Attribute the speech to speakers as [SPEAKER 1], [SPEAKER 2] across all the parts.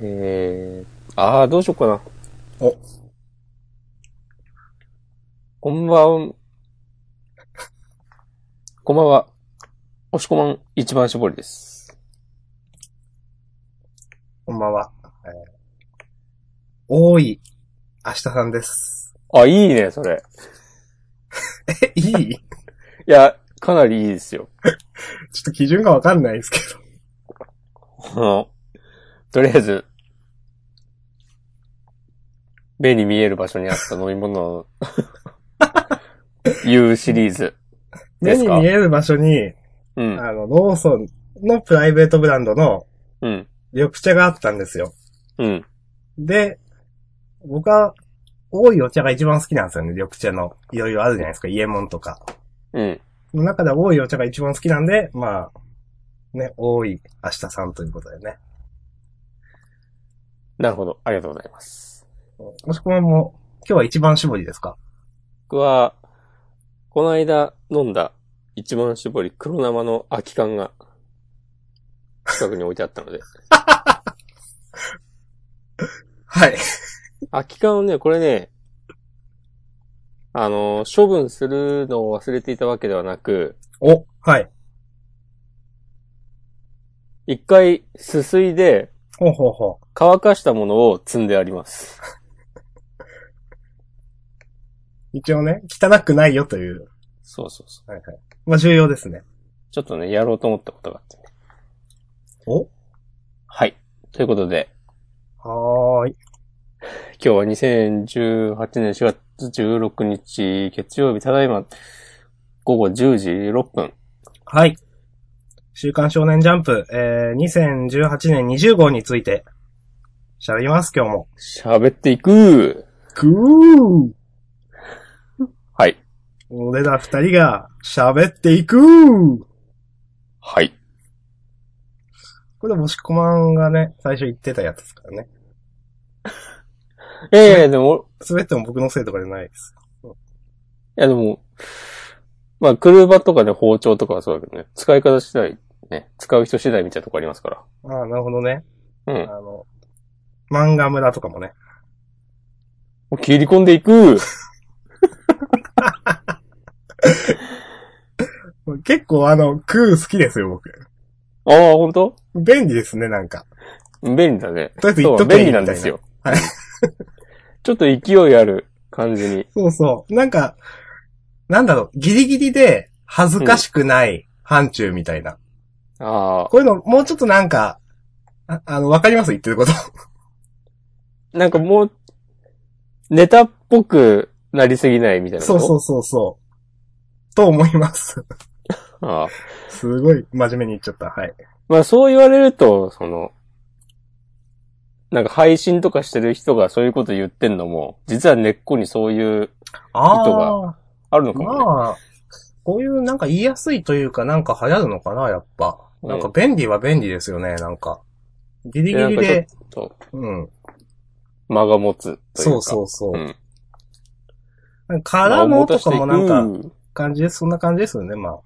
[SPEAKER 1] えー、あー、どうしようかな。
[SPEAKER 2] お、
[SPEAKER 1] こんばん、こんばんは。押しこまん一番絞りです。
[SPEAKER 2] こんばんは。えー大井、明日さんです。
[SPEAKER 1] あ、いいね、それ。
[SPEAKER 2] え、い いちょ
[SPEAKER 1] いや、かなりいいですよ。
[SPEAKER 2] っと基準がわかんないですけど。
[SPEAKER 1] あの、とりあえず、目に見える場所にあった飲み物 を言うシリーズ。で
[SPEAKER 2] 目
[SPEAKER 1] す
[SPEAKER 2] に
[SPEAKER 1] か
[SPEAKER 2] 見える場所に、
[SPEAKER 1] うん、
[SPEAKER 2] あの、ローソンのプライベートブランドの
[SPEAKER 1] うん、
[SPEAKER 2] 緑茶があったんですよ。
[SPEAKER 1] うん。
[SPEAKER 2] で、僕は、多いお茶が一番好きなんですよね、緑茶の。いろいろあるじゃないですか、イエモンとか。
[SPEAKER 1] うん。
[SPEAKER 2] の中で多いお茶が一番好きなんで、まあ、ね、多い明日さんということでね。
[SPEAKER 1] なるほど。ありがとうございます。
[SPEAKER 2] もしくはもう、今日は一番絞りですか
[SPEAKER 1] 僕は、この間飲んだ一番搾り黒生の空き缶が近くに置いてあった ので。
[SPEAKER 2] はい。
[SPEAKER 1] 空き缶をね、これね、あの、処分するのを忘れていたわけではなく、
[SPEAKER 2] お、はい。
[SPEAKER 1] 一回すすいで
[SPEAKER 2] ほうほうほ
[SPEAKER 1] 乾かしたものを積んであります。
[SPEAKER 2] う。一応ね、汚くないよという。
[SPEAKER 1] そうそうそう。
[SPEAKER 2] はいはい。まあ、重要ですね。
[SPEAKER 1] ちょっとね、やろうと思ったことがあってね。
[SPEAKER 2] お
[SPEAKER 1] はい。ということで、
[SPEAKER 2] はーい。
[SPEAKER 1] 今日は2018年4月16日月曜日、ただいま午後10時6分。
[SPEAKER 2] はい。週刊少年ジャンプ、えー、2018年20号について、喋ります、今日も。
[SPEAKER 1] 喋っていく
[SPEAKER 2] くー
[SPEAKER 1] はい。
[SPEAKER 2] 俺ら二人が喋っていくー
[SPEAKER 1] はい。
[SPEAKER 2] これ、もしこまんがね、最初言ってたやつですからね。
[SPEAKER 1] いやいやいや、でも、
[SPEAKER 2] すべても僕のせいとかじゃないです。
[SPEAKER 1] いやでも、まあ、車とかで包丁とかはそうだけどね、使い方次第、ね、使う人次第みたいなとこありますか
[SPEAKER 2] ああ、なるほどね。
[SPEAKER 1] ら。うん
[SPEAKER 2] あ。の、漫画村とかもね。
[SPEAKER 1] もう切り込んでいく
[SPEAKER 2] 結構あの、クー好きですよ、僕。
[SPEAKER 1] ああ、本当？
[SPEAKER 2] 便利ですね、なんか。
[SPEAKER 1] 便利だね。
[SPEAKER 2] とりあえず言
[SPEAKER 1] そ
[SPEAKER 2] っ
[SPEAKER 1] う、
[SPEAKER 2] とけ
[SPEAKER 1] 便利なんですよ。
[SPEAKER 2] はい
[SPEAKER 1] ちょっと勢いある感じに。
[SPEAKER 2] そうそう。なんか、なんだろう、ギリギリで恥ずかしくない範疇みたいな。
[SPEAKER 1] あ
[SPEAKER 2] こういうの、もうちょっとなんか、ああの、わかります言ってること。
[SPEAKER 1] あ、なんかもう、ネタっぽくなりすぎないみたいなこ
[SPEAKER 2] そ
[SPEAKER 1] と。
[SPEAKER 2] うそうそうそう。と思 います。
[SPEAKER 1] ああ
[SPEAKER 2] すごい真面目に言っちゃった。はい。
[SPEAKER 1] まあそう言われると、その、なんか配信とかしてる人がそういうこと言ってんのも、実は根っこにそういう、
[SPEAKER 2] あ
[SPEAKER 1] 意図
[SPEAKER 2] あ、
[SPEAKER 1] あるのかもね。
[SPEAKER 2] まあ、こういうなんか言いやすいというかなんか流行るのかな、やっぱ。
[SPEAKER 1] うん
[SPEAKER 2] なんか便利は便利ですよね、なんか。ギリ
[SPEAKER 1] い
[SPEAKER 2] ギリ
[SPEAKER 1] やなん
[SPEAKER 2] で
[SPEAKER 1] か、ちょっと
[SPEAKER 2] うん。
[SPEAKER 1] 間が持つというか。
[SPEAKER 2] そうそうそう。
[SPEAKER 1] うん
[SPEAKER 2] なんかからのとかもなん
[SPEAKER 1] まあ
[SPEAKER 2] か
[SPEAKER 1] 思い出していく
[SPEAKER 2] 感じです。そんな感じですよね、まあ。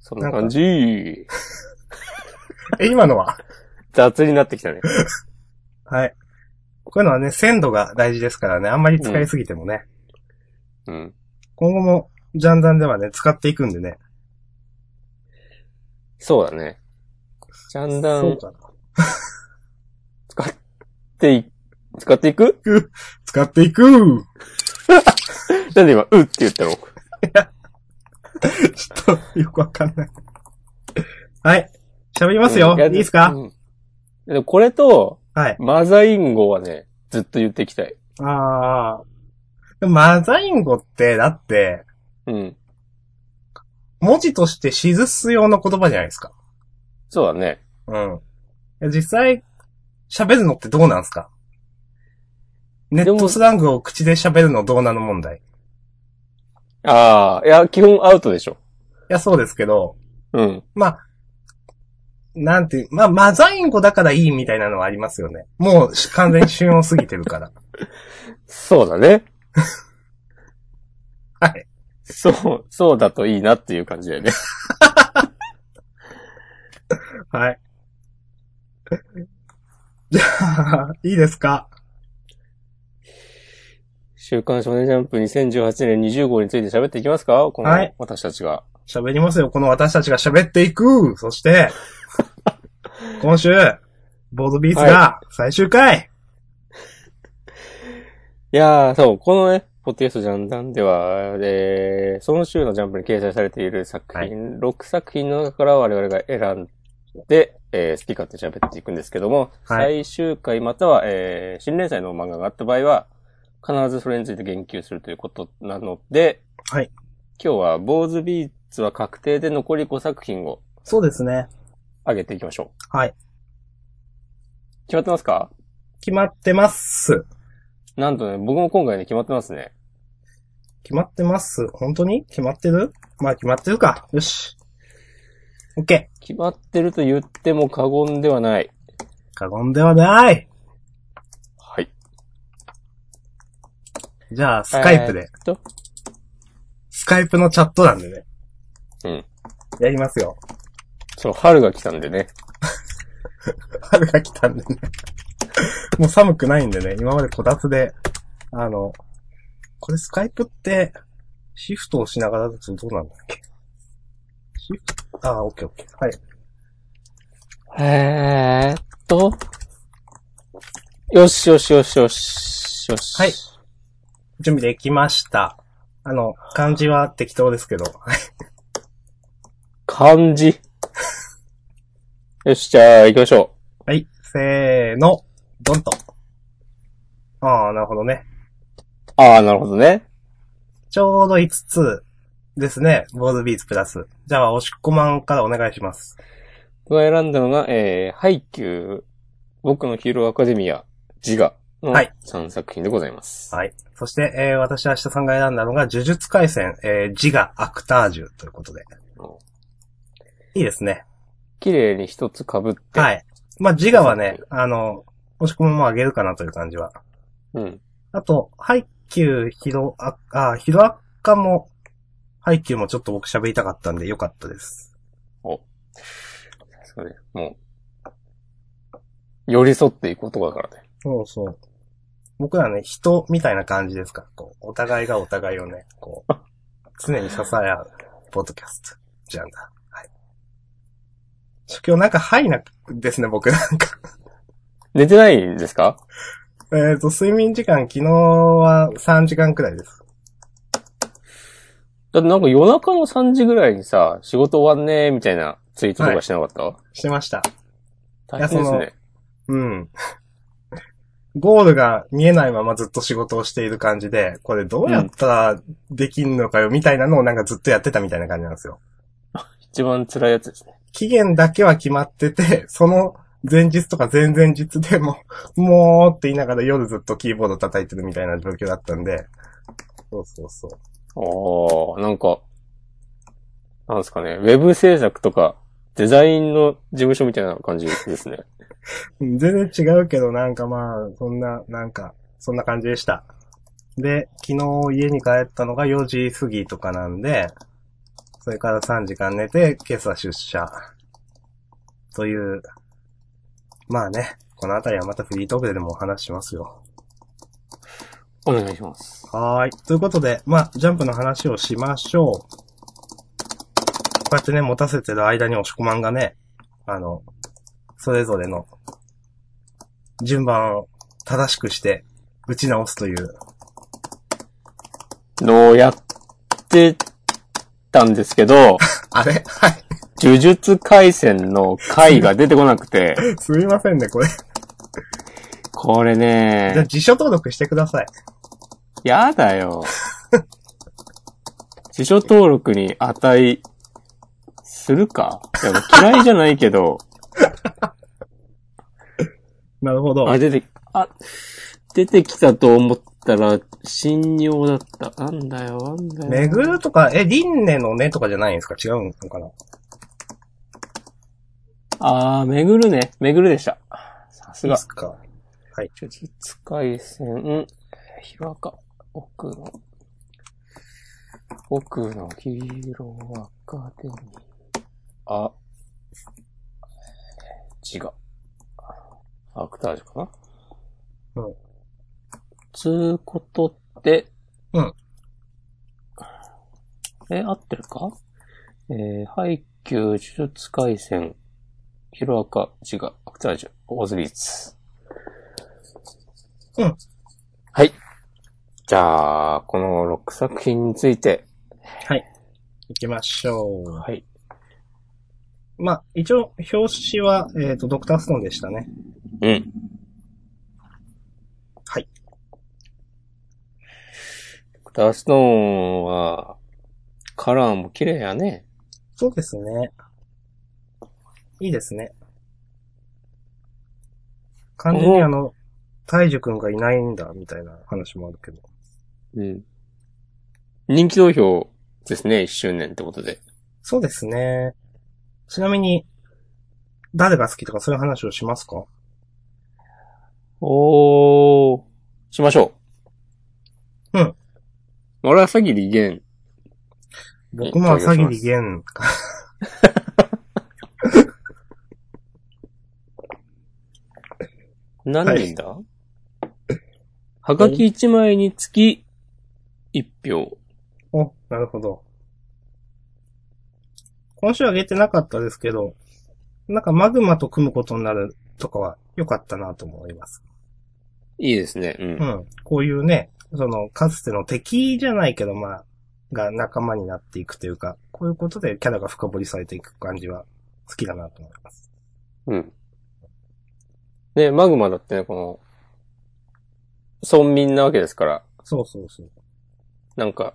[SPEAKER 1] そんな感じ。
[SPEAKER 2] え、今のは
[SPEAKER 1] 雑になってきたね。
[SPEAKER 2] はい。こういうのはね、鮮度が大事ですからね、あんまり使いすぎてもね、
[SPEAKER 1] うん。
[SPEAKER 2] 今後も、ジャンダンではね、使っていくんでね。
[SPEAKER 1] そうだね。ジャンダ
[SPEAKER 2] そう
[SPEAKER 1] ン
[SPEAKER 2] かな。
[SPEAKER 1] 使ってい、使っていく
[SPEAKER 2] 使っていく
[SPEAKER 1] なんで今、うって言ったの
[SPEAKER 2] ちょっと、よくわかんない。はい。喋りますよ。
[SPEAKER 1] うんや
[SPEAKER 2] いいですか、
[SPEAKER 1] うんでもこれと、
[SPEAKER 2] はい。
[SPEAKER 1] マザインゴはね、ずっと言っていきたい。
[SPEAKER 2] あー。でもマザイン語って、だって、
[SPEAKER 1] うん。
[SPEAKER 2] 文字としてシズス用の言葉じゃないですか。
[SPEAKER 1] そうだね。
[SPEAKER 2] うん。いや実際、喋るのってどうなんですかネットスラングを口で喋るのどうなの問題。い
[SPEAKER 1] ああ、いや、基本アウトでしょ。
[SPEAKER 2] や、そうですけど、
[SPEAKER 1] うん。
[SPEAKER 2] まあ、なんていう、まあ、マザイン語だからいいみたいなのはありますよね。もうし完全に旬を過ぎてる から。
[SPEAKER 1] そうだね。
[SPEAKER 2] はい。
[SPEAKER 1] そう、そうだといいなっていう感じだよね。
[SPEAKER 2] はい。いいですか
[SPEAKER 1] 週刊少年ジャンプ2018年20号について喋っていきますかこ
[SPEAKER 2] は
[SPEAKER 1] の
[SPEAKER 2] い、
[SPEAKER 1] 私たちが。
[SPEAKER 2] 喋りますよ。この私たちが喋っていく。そ して、今週、ボードビーツが最終回、
[SPEAKER 1] いやー、そう、このね、ポッドキャストジャンダンでは、えー、その週のジャンプに掲載されている作品、6作品の中から我々が選んで、えー、好き勝手喋っていくんですけども、
[SPEAKER 2] は
[SPEAKER 1] 最終回または、えー、新連載の漫画があった場合は、必ずそれについて言及するということなので、
[SPEAKER 2] はい。
[SPEAKER 1] 今日は、坊主ビーツは確定で残り5作品を
[SPEAKER 2] そうですね。
[SPEAKER 1] 上げていきましょう。
[SPEAKER 2] はい。
[SPEAKER 1] 決まってますか
[SPEAKER 2] 決まってます。
[SPEAKER 1] なんとね、僕も今回ね、決まってますね。
[SPEAKER 2] 決まってます。本当に決まってるまあ決まってるか。よし。オッケ
[SPEAKER 1] 決まってると言っても過言ではない。
[SPEAKER 2] ー。過言ではない。
[SPEAKER 1] はい。
[SPEAKER 2] じゃあ、スカイプで、
[SPEAKER 1] えーっと、
[SPEAKER 2] スカイプのチャットなんでね。
[SPEAKER 1] うん。
[SPEAKER 2] やりますよ。
[SPEAKER 1] そう、春が来たんでね。
[SPEAKER 2] 春が来たんでね。もう寒くないんでね、今までこたつで、あの、これスカイプって、シフトをしながらだとどうなんだっけシフトあー、オッケーオッケー。はい。
[SPEAKER 1] えーっと。よしよしよしよし。よし。
[SPEAKER 2] はい準備できました。あの、漢字は適当ですけど。
[SPEAKER 1] 漢字。よし、じゃあ行きましょ
[SPEAKER 2] はい。せーの、ドンと。ああ、なるほどね。
[SPEAKER 1] う。ああ、なるほどね。
[SPEAKER 2] ちょうど5つですね。ボードビーツプラス。じゃあ、おしっこまんからお願いします。
[SPEAKER 1] 僕が選んだのが、えー、ハイキュー、僕のヒーローアカデミア、自我の
[SPEAKER 2] はい
[SPEAKER 1] 3作品でございます。
[SPEAKER 2] はい。そして、えー、私、明日さんが選んだのが、呪術回戦、えー、自我、アクタージュということで。いいですね。
[SPEAKER 1] 綺麗に一つ被って、
[SPEAKER 2] はい。まあ、自我はね、あの、押し込みもあげるかなという感じは。
[SPEAKER 1] うん。
[SPEAKER 2] あと、ハイキュー、ヒロア、あ、ヒロアカも、ハイキューもちょっと僕喋りたかったんでよかったです。
[SPEAKER 1] そうね。もう、寄り添っていく男だからね。
[SPEAKER 2] そうそう。僕らね、人みたいな感じですから、こう、お互いがお互いをね、こう、常に支え合う、ポッドキャスト。じゃあな。はい。ちょ今日なんか、ハイな、ですね、僕なんか。
[SPEAKER 1] 寝てないんですか
[SPEAKER 2] えっと、睡眠時間、昨日は3時間くらいです。
[SPEAKER 1] だってなんか夜中の3時ぐらいにさ、仕事終わんねーみたいなツイートとかしてなかった、
[SPEAKER 2] してました。
[SPEAKER 1] 大変です
[SPEAKER 2] いや
[SPEAKER 1] ね。
[SPEAKER 2] うん。ゴールが見えないままずっと仕事をしている感じで、これどうやったらできんのかよみたいなのをなんかずっとやってたみたいな感じなんですよ。
[SPEAKER 1] 一番辛いやつですね。
[SPEAKER 2] 期限だけは決まってて、 その前日とか前々日でも、 もうって言いながら夜ずっとキーボード叩いてるみたいな状況だったんで、そうそうそう。
[SPEAKER 1] ああ、なんか、なんですかね、ウェブ制作とか、デザインの事務所みたいな感じですね。
[SPEAKER 2] うん全然違うけど、なんかまあ、そんな、なんか、そんな感じでした。で、昨日家に帰ったのが4時過ぎとかなんで、それから3時間寝て、今朝出社。という、まあね、このあたりはまたフリートークででもお話ししますよ。
[SPEAKER 1] お願いします。
[SPEAKER 2] はーい。ということで、まあ、ジャンプの話をしましょう。こうやってね、持たせてる間に押し込まんがね、あの、それぞれの、順番を正しくして、打ち直すという。
[SPEAKER 1] のをやってたんですけど、
[SPEAKER 2] あれはい。
[SPEAKER 1] 呪術回戦の回が出てこなくて、
[SPEAKER 2] すみませんね、これ。 じ
[SPEAKER 1] これ
[SPEAKER 2] ゃあ
[SPEAKER 1] ね、
[SPEAKER 2] 辞書登録してください。
[SPEAKER 1] やだよ。 辞書登録に値するかいや嫌いじゃないけど、
[SPEAKER 2] なるほど。
[SPEAKER 1] あ、出て、あ、出てきたと思ったら、信用だった。なんだよ、なんだよ。
[SPEAKER 2] めぐるとか、え、輪廻のねとかじゃないんですか違うのかな
[SPEAKER 1] あー、めぐるね。めぐるでした。さす
[SPEAKER 2] で
[SPEAKER 1] が。
[SPEAKER 2] すか。
[SPEAKER 1] 呪術回戦、ひろあか、奥の、奥のヒーローアカデミー。あ、字が、アクタージュかな
[SPEAKER 2] うん。
[SPEAKER 1] つうことで、
[SPEAKER 2] うん。
[SPEAKER 1] え、合ってるかえー、配給、呪術回戦、ヒロアカ、ジガ、アクタージュ、オズリーツ。
[SPEAKER 2] うん。
[SPEAKER 1] はい。じゃあ、この6作品について、
[SPEAKER 2] 行きましょう。
[SPEAKER 1] はい。
[SPEAKER 2] まあ、一応、表紙は、えっ、と、ドクターストーンでしたね。
[SPEAKER 1] うん。
[SPEAKER 2] はい。
[SPEAKER 1] ダーストーンは、カラーも綺麗やね。
[SPEAKER 2] そうですね。いいですね。完全にあの、大樹くんがいないんだ、みたいな話もあるけど。
[SPEAKER 1] うん。人気投票ですね、1周年ってことで。
[SPEAKER 2] そうですね。ちなみに、誰が好きとかそういう話をしますか
[SPEAKER 1] おー、しましょう。
[SPEAKER 2] うん。
[SPEAKER 1] 俺はさぎりげん。
[SPEAKER 2] 僕も朝霧玄か。
[SPEAKER 1] 何人だ、はがき1枚につき1票。
[SPEAKER 2] お、なるほど。今週あげてなかったですけど、なんかマグマと組むことになるとかは良かったなと思います。
[SPEAKER 1] いいですね。う。
[SPEAKER 2] うんん。こういうね、その、かつての敵じゃないけど、まあ、が仲間になっていくというか、こういうことでキャラが深掘りされていく感じは好きだなと思います。
[SPEAKER 1] うん。ね、マグマだってね、この、村民なわけですから。
[SPEAKER 2] そうそうそう。
[SPEAKER 1] なんか、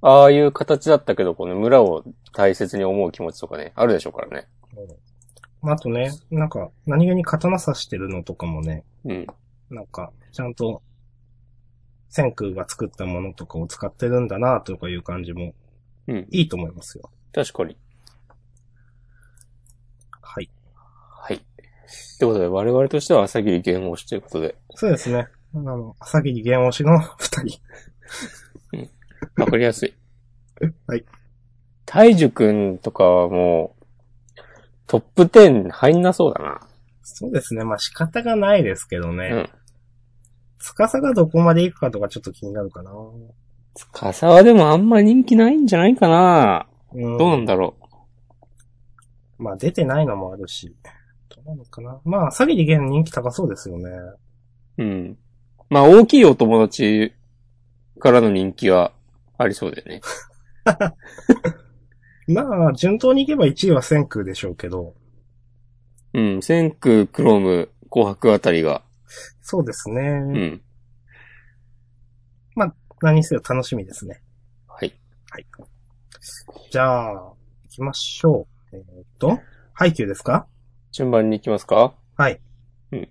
[SPEAKER 1] ああいう形だったけど、この村を大切に思う気持ちとかね、あるでしょうからね。
[SPEAKER 2] まあ、あとね、なんか、何気に刀刺してるのとかもね、
[SPEAKER 1] うん。
[SPEAKER 2] なんか、ちゃんと、千空が作ったものとかを使ってるんだなとかいう感じも、
[SPEAKER 1] うん。
[SPEAKER 2] いいと思いますよ。
[SPEAKER 1] 確かに。
[SPEAKER 2] はい。
[SPEAKER 1] はい。ってことで、我々としては朝霧言をしということで、
[SPEAKER 2] そうですね。あの、朝霧玄推しの二人。。
[SPEAKER 1] わかりやすい
[SPEAKER 2] はい。
[SPEAKER 1] 大樹くんとかはもう、トップ10入んなそうだな。
[SPEAKER 2] そうですね。まあ仕方がないですけどね。
[SPEAKER 1] うん。
[SPEAKER 2] 司がどこまで行くかとかちょっと気になるかな。う
[SPEAKER 1] 笠はでもあんま人気ないんじゃないかな。
[SPEAKER 2] ん。
[SPEAKER 1] どうなんだろ
[SPEAKER 2] まあ出てないのもあるし。どうなのかな。まあ朝霧玄人気高そうですよね。
[SPEAKER 1] う。うん。まあ、大きいお友達からの人気はありそうだよね。
[SPEAKER 2] まあ、順当に行けば1位は千空でしょうけど。
[SPEAKER 1] うん、千空、クローム、紅白あたりが、
[SPEAKER 2] そうですね。
[SPEAKER 1] うん、
[SPEAKER 2] 何せよ楽しみですね。
[SPEAKER 1] はい。
[SPEAKER 2] はい。じゃあ、行きましょう。えーっと、配給ですか
[SPEAKER 1] 順番に行きますか
[SPEAKER 2] はい。
[SPEAKER 1] うん。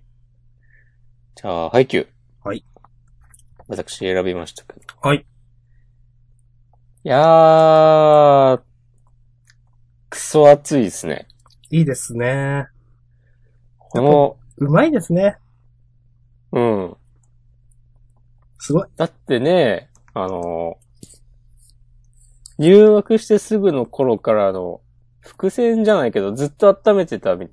[SPEAKER 1] じゃあ、配給。
[SPEAKER 2] はい。
[SPEAKER 1] 私選びましたけど。
[SPEAKER 2] はい。
[SPEAKER 1] いやー、クソ暑いですね。
[SPEAKER 2] いいですね。
[SPEAKER 1] こ
[SPEAKER 2] うまいですね。
[SPEAKER 1] の、うん。
[SPEAKER 2] すごい。
[SPEAKER 1] だってね、あの、入学してすぐの頃からの、伏線じゃないけど、ずっと温めてたみ、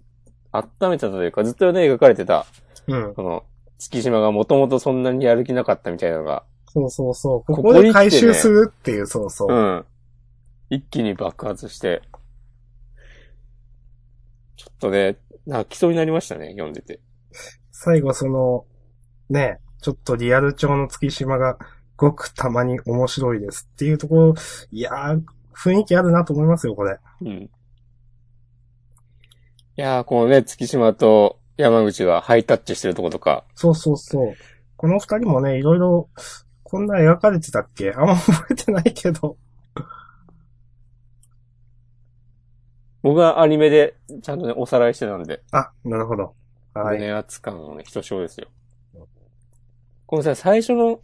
[SPEAKER 1] 温めてたというか、ずっとね、描かれてた、
[SPEAKER 2] うん。
[SPEAKER 1] この、月島がもともとそんなにやる気なかったみたいなのが、
[SPEAKER 2] そうそうそう。こ
[SPEAKER 1] こ
[SPEAKER 2] こ
[SPEAKER 1] こに来て
[SPEAKER 2] で
[SPEAKER 1] ね
[SPEAKER 2] 回収するっていう、そうそうう。
[SPEAKER 1] ん。一気に爆発して、ちょっとね、泣きそうになりましたね、読んでて。
[SPEAKER 2] 最後その、ね、ちょっとリアル調の月島が、ごくたまに面白いですっていうところ、いやー、雰囲気あるなと思いますよ、これ。
[SPEAKER 1] うん。いやー、このね、月島と山口がハイタッチしてるとことか、
[SPEAKER 2] そうそうそう。この二人もね、いろいろ、こんな描かれてたっけあんま覚えてないけど。
[SPEAKER 1] 僕はアニメでちゃんとね、おさらいしてたんで、
[SPEAKER 2] あ、なるほど。はい。
[SPEAKER 1] 胸熱感をね、ひとしおですよ。このさ、最初の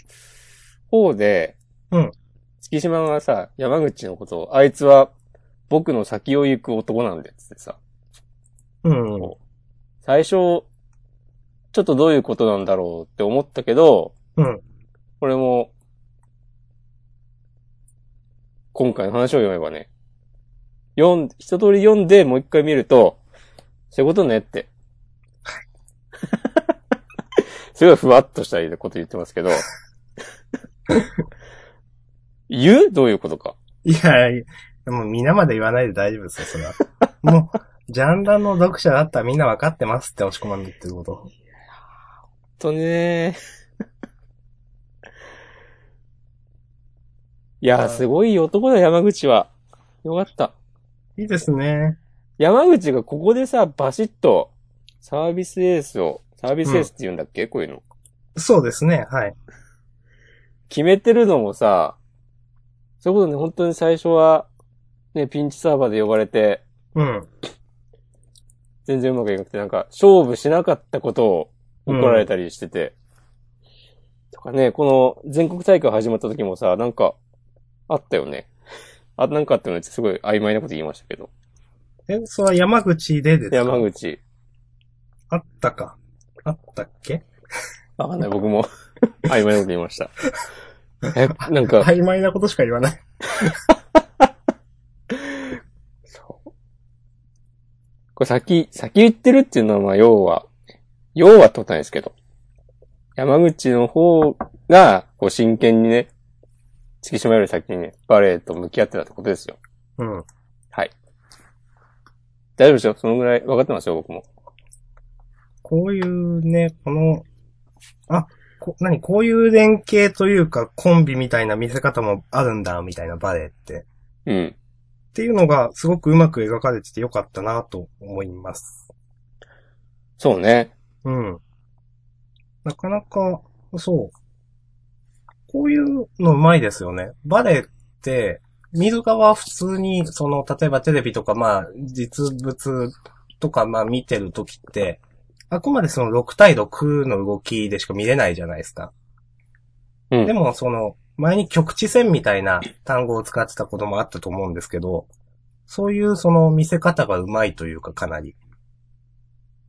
[SPEAKER 1] 方で、
[SPEAKER 2] うん
[SPEAKER 1] 月島がさ、山口のことを、あいつは僕の先を行く男なんだよ、つってさ、
[SPEAKER 2] うん。
[SPEAKER 1] こう最初、ちょっとどういうことなんだろうって思ったけど、
[SPEAKER 2] うん。
[SPEAKER 1] 俺も、今回の話を読めばね、読ん、一通り読んでもう一回見ると、そういうことねって、すごいふわっとしたこと言ってます けど。言うどういうことか。
[SPEAKER 2] いや、いやもう皆まで言わないで大丈夫ですよ、それは。 もう、ジャンダンの読者だったらみんなわかってますって押し込まんでってこと。
[SPEAKER 1] ほんとね。いや、すごい男だ、山口は。よかった。
[SPEAKER 2] いいですね。
[SPEAKER 1] 山口がここでさ、バシッと、サービスエースを、サービスエースって言うんだっけ、こういうの。
[SPEAKER 2] そうですね、はい。
[SPEAKER 1] 決めてるのもさ、そういうことね、本当に最初は、ね、ピンチサーバーで呼ばれて、
[SPEAKER 2] うん。
[SPEAKER 1] 全然うまくいかなくて、なんか、勝負しなかったことを怒られたりしてて。とかね、この全国大会始まった時もさ、なんか、あったよね。あ、なんかあったよねってすごい曖昧なこと言いましたけど。
[SPEAKER 2] え、それは山口でですか
[SPEAKER 1] 山口。
[SPEAKER 2] あったか。あったっけ
[SPEAKER 1] わかんない、僕も曖昧なこと言いました。え、なんか、
[SPEAKER 2] 曖昧なことしか言わない。
[SPEAKER 1] これ先、先言ってるっていうのは、まあ、要は、要はとったんですけど、山口の方が、こう、真剣にね、月島より先にね、バレエと向き合ってたってことですよ。
[SPEAKER 2] うん。
[SPEAKER 1] 大丈夫ですよ。そのぐらい分かってますよ、僕も。
[SPEAKER 2] こういうね、この、あ、こ、なこういう連携というか、コンビみたいな見せ方もあるんだ、みたいなバレエって。
[SPEAKER 1] うん。
[SPEAKER 2] っていうのが、すごくうまく描かれててよかったな、と思います。
[SPEAKER 1] そうね。
[SPEAKER 2] うん。なかなか、そう。こういうのうまいですよね。バレエって、見る側は普通に、その、例えばテレビとか、まあ、実物とか、まあ、見てるときって、あくまでその6対6の動きでしか見れないじゃないですか。
[SPEAKER 1] うん
[SPEAKER 2] でも、その、前に局地戦みたいな単語を使ってたこともあったと思うんですけど、そういうその見せ方がうまいというか、かなり。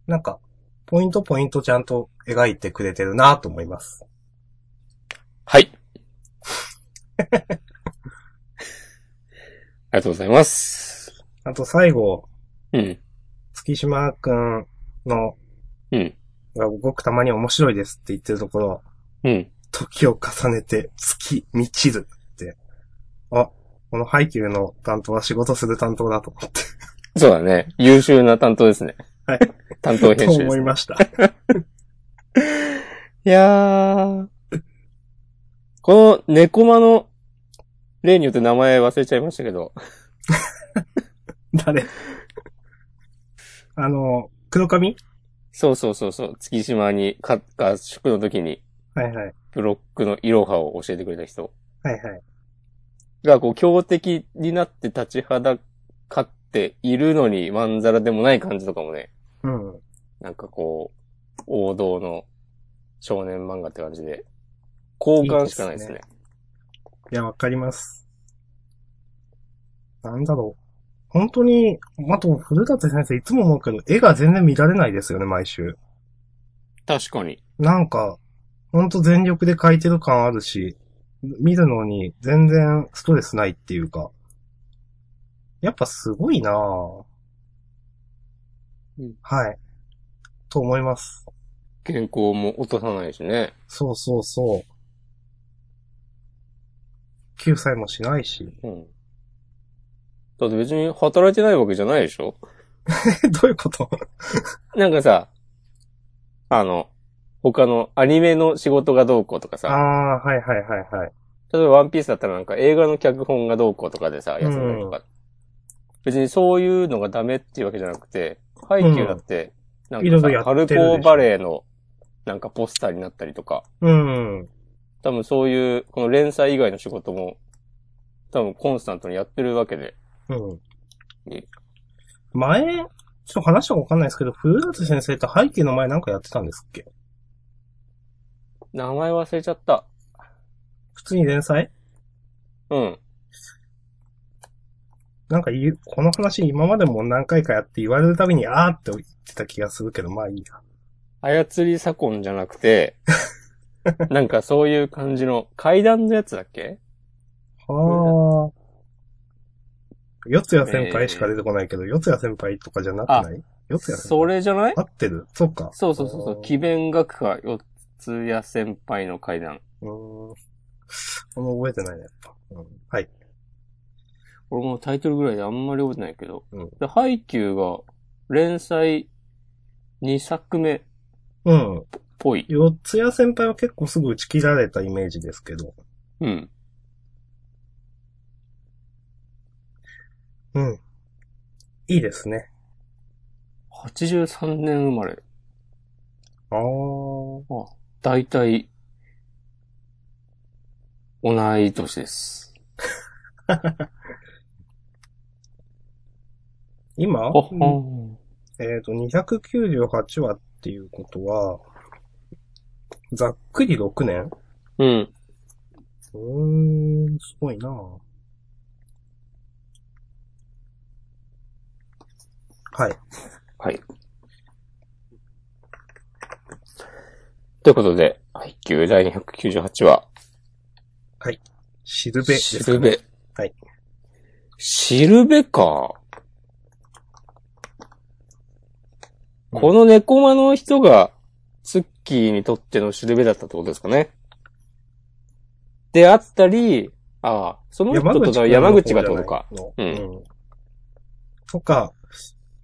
[SPEAKER 2] なんか、ポイントポイントちゃんと描いてくれてるなと思います。
[SPEAKER 1] はい。ありがとうございます。
[SPEAKER 2] あと最後、
[SPEAKER 1] うん。
[SPEAKER 2] 月島くんの、
[SPEAKER 1] うん。
[SPEAKER 2] がごくたまに面白いですって言ってるところ、
[SPEAKER 1] うん。
[SPEAKER 2] 時を重ねて月満ちるって。あ、この配給の担当は仕事する担当だと思って、
[SPEAKER 1] そうだね。優秀な担当ですね。
[SPEAKER 2] はい。
[SPEAKER 1] 担当編集
[SPEAKER 2] と
[SPEAKER 1] です、ね。
[SPEAKER 2] 思いました。
[SPEAKER 1] いやー。この猫間の例によって名前忘れちゃいましたけど。
[SPEAKER 2] 誰あの、黒髪
[SPEAKER 1] そうそうそうそう。月島にか合宿の時に
[SPEAKER 2] はいはい。
[SPEAKER 1] ブロックのイロハを教えてくれた人
[SPEAKER 2] はいはい。
[SPEAKER 1] がこう強敵になって立ちはだかっているのにまんざらでもない感じとかもね、
[SPEAKER 2] うん。
[SPEAKER 1] なんかこう、王道の少年漫画って感じで、好感しかないですね。
[SPEAKER 2] いや、わかります。なんだろう。本当に、あと、古舘先生いつも思うけど、絵が全然見られないですよね、毎週。
[SPEAKER 1] 確かに。
[SPEAKER 2] なんか、ほんと全力で描いてる感あるし、見るのに全然ストレスないっていうか。やっぱすごいなぁ。
[SPEAKER 1] うん
[SPEAKER 2] はい。と思います。
[SPEAKER 1] 健康も落とさないしね。
[SPEAKER 2] そうそうそう。9歳もしないし。
[SPEAKER 1] うん。だって別に働いてないわけじゃないでしょ
[SPEAKER 2] え、 どういうこと
[SPEAKER 1] なんかさ、あの、他のアニメの仕事がどうこうとか
[SPEAKER 2] あ
[SPEAKER 1] さ、
[SPEAKER 2] あー、はいはいはいはい。
[SPEAKER 1] 例えばワンピースだったらなんか映画の脚本がどうこうとかでさ、休んだりとか。別にそういうのがダメっていうわけじゃなくて、ハイキューだって、なん
[SPEAKER 2] いろ
[SPEAKER 1] か
[SPEAKER 2] いろ
[SPEAKER 1] さ
[SPEAKER 2] やって
[SPEAKER 1] 春
[SPEAKER 2] るでしょ
[SPEAKER 1] 高バレーのなんかポスターになったりとか、
[SPEAKER 2] うん。
[SPEAKER 1] 多分そういう、この連載以外の仕事も、多分コンスタントにやってるわけで。
[SPEAKER 2] うん
[SPEAKER 1] ね。
[SPEAKER 2] 前、ちょっと話したかわかんないですけど、古舘先生って背景の前なんかやってたんですっけ
[SPEAKER 1] 名前忘れちゃった。
[SPEAKER 2] 普通に連載
[SPEAKER 1] うん。
[SPEAKER 2] なんか言う、この話今までも何回かやって言われるたびにあーって言ってた気がするけど、まあいいな。
[SPEAKER 1] 操り左近じゃなく て、なんかそういう感じの階段のやつだっけ
[SPEAKER 2] はあ。四谷先輩しか出てこないけど、四谷先輩とかじゃなくない四谷先輩
[SPEAKER 1] それじゃない
[SPEAKER 2] 合ってるそっか。
[SPEAKER 1] そうそうそうそう、
[SPEAKER 2] あー
[SPEAKER 1] 奇弁学科四達也先輩の階段。
[SPEAKER 2] うーん。あんま覚えてないね、やっぱ。うん、はい。
[SPEAKER 1] 俺もタイトルぐらいであんまり覚えてないけど。
[SPEAKER 2] うん
[SPEAKER 1] で、ハイキューが連載2作目っ
[SPEAKER 2] うん。
[SPEAKER 1] ぽい。
[SPEAKER 2] 四ツ谷先輩は結構すぐ打ち切られたイメージですけど。
[SPEAKER 1] うん。
[SPEAKER 2] うん。いいですね。
[SPEAKER 1] 83年生まれ。
[SPEAKER 2] あー。
[SPEAKER 1] あ、大体、同い年です。
[SPEAKER 2] 今、
[SPEAKER 1] ほほん。
[SPEAKER 2] えっ、と、298話っていうことは、ざっくり6年
[SPEAKER 1] うん。
[SPEAKER 2] うーん、すごいなぁはい。
[SPEAKER 1] はい。ということで、配給第298話、
[SPEAKER 2] しるべです
[SPEAKER 1] し
[SPEAKER 2] か
[SPEAKER 1] る
[SPEAKER 2] ね。
[SPEAKER 1] べ。
[SPEAKER 2] はい。
[SPEAKER 1] しるべか。
[SPEAKER 2] うん
[SPEAKER 1] この猫間の人が、ツッキーにとってのしるべだったってことですかね。であったり、ああ、その人との山口がってことか。
[SPEAKER 2] の。
[SPEAKER 1] うん
[SPEAKER 2] うん。とか、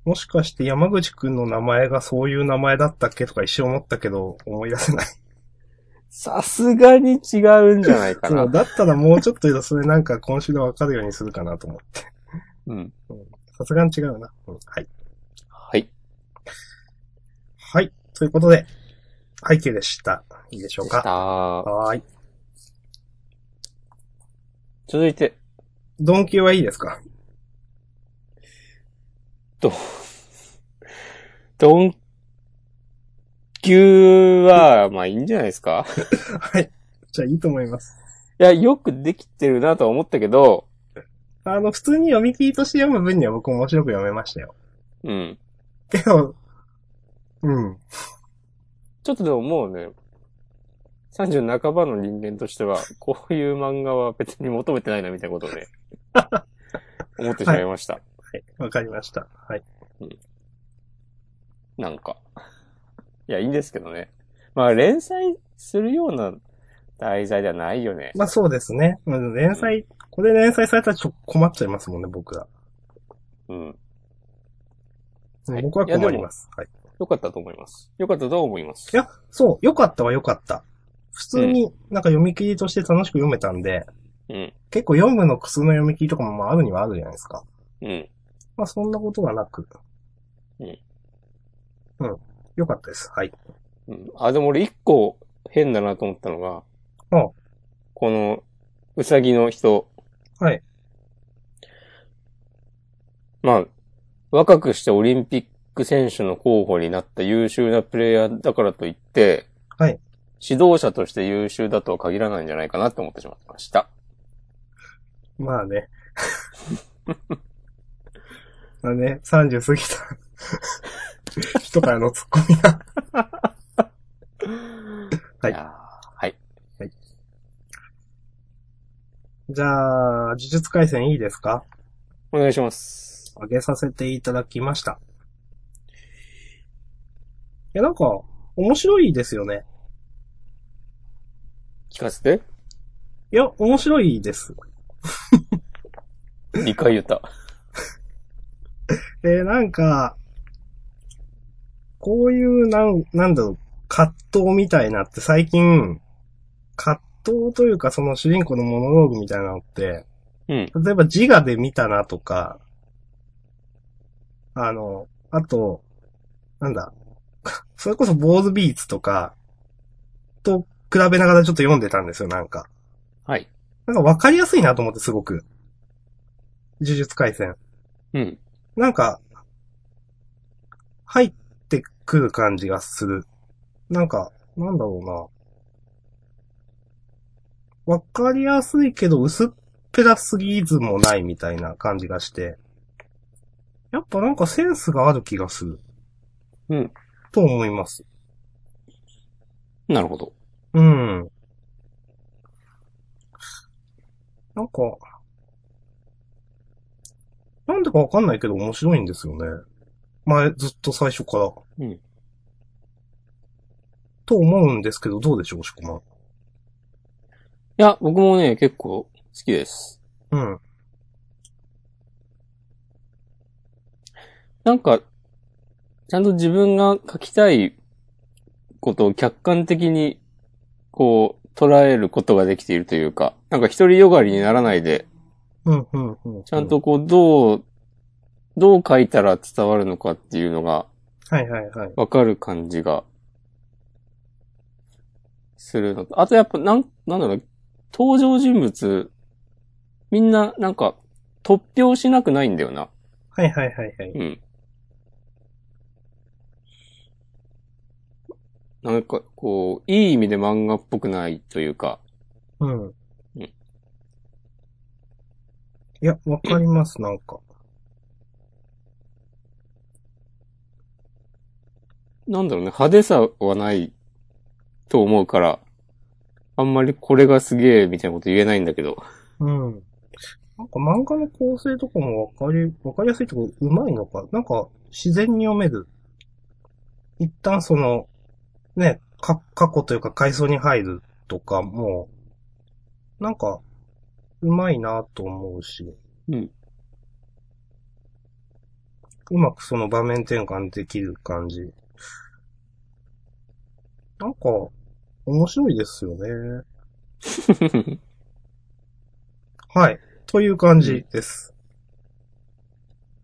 [SPEAKER 2] もしかして山口くんの名前がそういう名前だったっけとか一瞬思ったけど、思い出せない。
[SPEAKER 1] さすがに違うんじゃないか
[SPEAKER 2] そう、
[SPEAKER 1] な。
[SPEAKER 2] だったらもうちょっとそれなんか今週でわかるようにするかなと思って。
[SPEAKER 1] うん。
[SPEAKER 2] さすがに違うな。うん、はい。
[SPEAKER 1] はい。
[SPEAKER 2] はい。ということで、背景でした。いいでしょ
[SPEAKER 1] で
[SPEAKER 2] う
[SPEAKER 1] し
[SPEAKER 2] か。
[SPEAKER 1] た。
[SPEAKER 2] はーい。
[SPEAKER 1] 続いて、
[SPEAKER 2] ドンキはいいですか
[SPEAKER 1] ドン、ドン、級は、まあいいんじゃないですか
[SPEAKER 2] はい。じゃあいいと思います。
[SPEAKER 1] いや、よくできてるなとは思ったけど、
[SPEAKER 2] あの、普通に読み切りとして読む分には僕面白く読めましたよ。
[SPEAKER 1] うん。
[SPEAKER 2] けど、うん。
[SPEAKER 1] ちょっとでももうね、30半ばの人間として は、こういう漫画は別に求めてないなみたいなことをね、思ってしまいました。
[SPEAKER 2] はい。わかりました。はい。
[SPEAKER 1] なんか。いや、いいんですけどね。まあ、連載するような題材ではないよね。
[SPEAKER 2] まあそうですね。うん連載、これ連載されたらちょっと困っちゃいますもんね、僕ら。
[SPEAKER 1] うん。はい
[SPEAKER 2] 僕はい
[SPEAKER 1] やでも
[SPEAKER 2] 困ります。はい。
[SPEAKER 1] よかったと思います。よかったとは思います。
[SPEAKER 2] いや、そう、良かったは良かった。普通になんか読み切りとして楽しく読めたんで、
[SPEAKER 1] うん。
[SPEAKER 2] 結構読むの苦痛の読み切りとかもまああるにはあるじゃないですか。
[SPEAKER 1] うん。
[SPEAKER 2] まあそんなことはなく。
[SPEAKER 1] うん。
[SPEAKER 2] うん。良かったです。はい。
[SPEAKER 1] うん。あ、でも俺一個変だなと思ったのが、
[SPEAKER 2] うん
[SPEAKER 1] この、うさぎの人。
[SPEAKER 2] はい。
[SPEAKER 1] まあ、若くしてオリンピック選手の候補になった優秀なプレイヤーだからといって、
[SPEAKER 2] はい。
[SPEAKER 1] 指導者として優秀だとは限らないんじゃないかなって思ってしまいました。
[SPEAKER 2] ま あね。まあね、30過ぎた 人からのツッコミが。はい
[SPEAKER 1] やーはい。
[SPEAKER 2] じゃあ、呪術回戦いいですか
[SPEAKER 1] お願いします。
[SPEAKER 2] 上げさせていただきました。いや、なんか、面白いですよね。
[SPEAKER 1] 聞かせて。
[SPEAKER 2] いや、面白いです。
[SPEAKER 1] 2回言った。
[SPEAKER 2] で、なんか、こういう、なん、なんだろう、葛藤みたいなって最近、葛藤というかその主人公のモノローグみたいなのって、
[SPEAKER 1] うん。
[SPEAKER 2] 例えば自我で見たなとか、あの、あと、なんだ、 それこそ坊主ビーツとか、と比べながらちょっと読んでたんですよ、なんか。
[SPEAKER 1] はい。
[SPEAKER 2] なんかわかりやすいなと思って、すごく。呪術回戦。
[SPEAKER 1] うん。
[SPEAKER 2] なんか、入ってくる感じがする。なんか、なんだろうな。わかりやすいけど、薄っぺらすぎずもないみたいな感じがして。やっぱなんかセンスがある気がする。
[SPEAKER 1] うん。
[SPEAKER 2] と思います。
[SPEAKER 1] なるほど。
[SPEAKER 2] うん。なんか、なんでかわかんないけど面白いんですよね。前、ずっと最初から。
[SPEAKER 1] うん。
[SPEAKER 2] と思うんですけど、どうでしょう、おしこま。
[SPEAKER 1] いや、僕もね、結構好きです。
[SPEAKER 2] うん。
[SPEAKER 1] なんか、ちゃんと自分が書きたいことを客観的に、こう、捉えることができているというか、なんか一人よがりにならないで、
[SPEAKER 2] うん、うん、うん。
[SPEAKER 1] ちゃんと。こう、どう、どう書いたら伝わるのかっていうのが
[SPEAKER 2] はいはいはい。
[SPEAKER 1] わかる感じがするのと。あとやっぱ、なん、なんだろう、登場人物、みんな、なんか、突拍しなくないんだよな。
[SPEAKER 2] はいはいはいはい。
[SPEAKER 1] うん。なんか、こう、いい意味で漫画っぽくないというか、
[SPEAKER 2] うん。
[SPEAKER 1] ん
[SPEAKER 2] いや、わかります、なんか。
[SPEAKER 1] なんだろうね、派手さはないと思うから、あんまりこれがすげえみたいなこと言えないんだけど。
[SPEAKER 2] うん。なんか漫画の構成とかもわかり、わかりやすいとこうまいのか。なんか、自然に読める。一旦その、ね、か、過去というか階層に入るとかも、なんか、うまいなと思うし。
[SPEAKER 1] うん。
[SPEAKER 2] うまくその場面転換できる感じ。なんか、面白いですよね。はい。という感じです。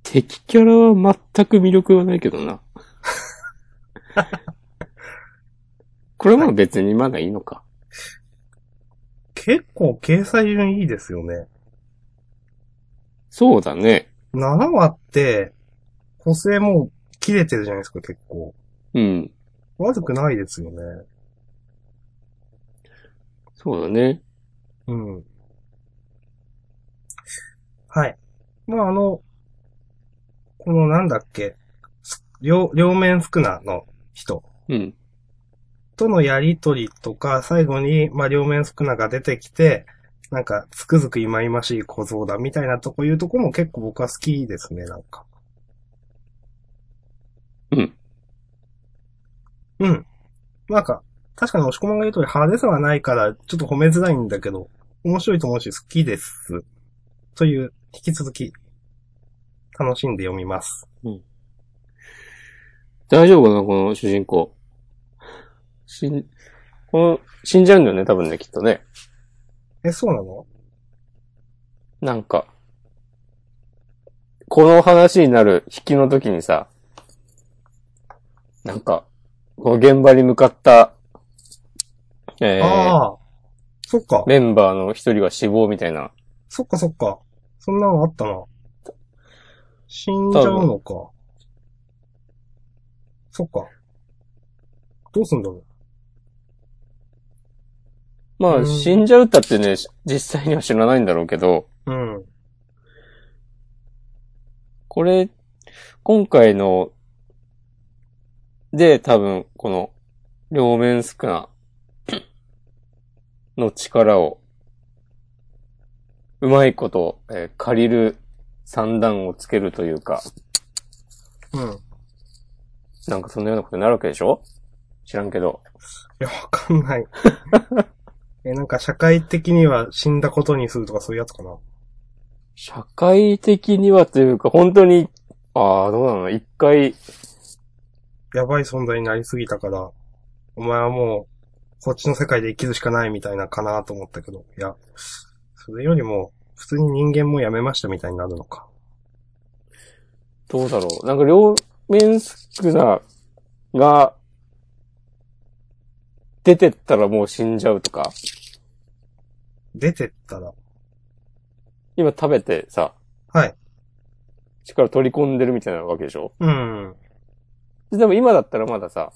[SPEAKER 1] 敵キャラは全く魅力はないけどな。 これはまあ別にまだいいのか。
[SPEAKER 2] 結構掲載順いいですよね。
[SPEAKER 1] そうだね。
[SPEAKER 2] 7話って、補正もう切れてるじゃないですか、結構。
[SPEAKER 1] うん。
[SPEAKER 2] 悪くないですよね。
[SPEAKER 1] そうだね。
[SPEAKER 2] うん。はい。まあ、あの、このなんだっけ、す両、両面福名の人
[SPEAKER 1] うん。
[SPEAKER 2] とのやりとりとか、最後に、まあ、両面福名が出てきて、なんか、つくづく忌々しい小僧だみたいなとこいうとこも結構僕は好きですね、なんか。
[SPEAKER 1] うん。
[SPEAKER 2] うん。なんか、確かに押し込まんが言う通り派手さはないから、ちょっと褒めづらいんだけど、面白いと思うし好きです。という、引き続き、楽しんで読みます。
[SPEAKER 1] 大丈夫かな、この主人公。死ん、この、死んじゃうんだよね、多分ね、きっとね。
[SPEAKER 2] え、そうなの
[SPEAKER 1] なんか、この話になる引きの時にさ、なんか、この現場に向かった、えー、
[SPEAKER 2] ああ。そっか。
[SPEAKER 1] メンバーの一人が死亡みたいな。
[SPEAKER 2] そっかそっか。そんなのあったな。死んじゃうのか。そっか。どうすんだろ
[SPEAKER 1] ま
[SPEAKER 2] う
[SPEAKER 1] あ、
[SPEAKER 2] ん
[SPEAKER 1] 死んじゃうったってね、し実際には知らないんだろうけど、
[SPEAKER 2] う。うん。
[SPEAKER 1] これ、今回の、で、多分、この、両面スクナ の力を、うまいこと、えー借りる三段をつけるというか、
[SPEAKER 2] うん。い
[SPEAKER 1] なんかそんなようなことになるわけでしょ知らんけど。
[SPEAKER 2] や、わかんない。え、なんか社会的には死んだことにするとかそういうやつかな。
[SPEAKER 1] 社会的にはというか、本当に、ああ、どうなの一回、
[SPEAKER 2] やばい存在になりすぎたから、お前はもう、こっちの世界で生きるしかないみたいなかなと思ったけど、いや、それよりも、普通に人間もやめましたみたいになるのか。
[SPEAKER 1] どうだろう。なんか両面スクナが、出てったらもう死んじゃうとか、
[SPEAKER 2] 出てったら、
[SPEAKER 1] 今食べてさ、
[SPEAKER 2] はい。
[SPEAKER 1] 力取り込んでるみたいなわけでしょ
[SPEAKER 2] うん。
[SPEAKER 1] でも今だったらまださ、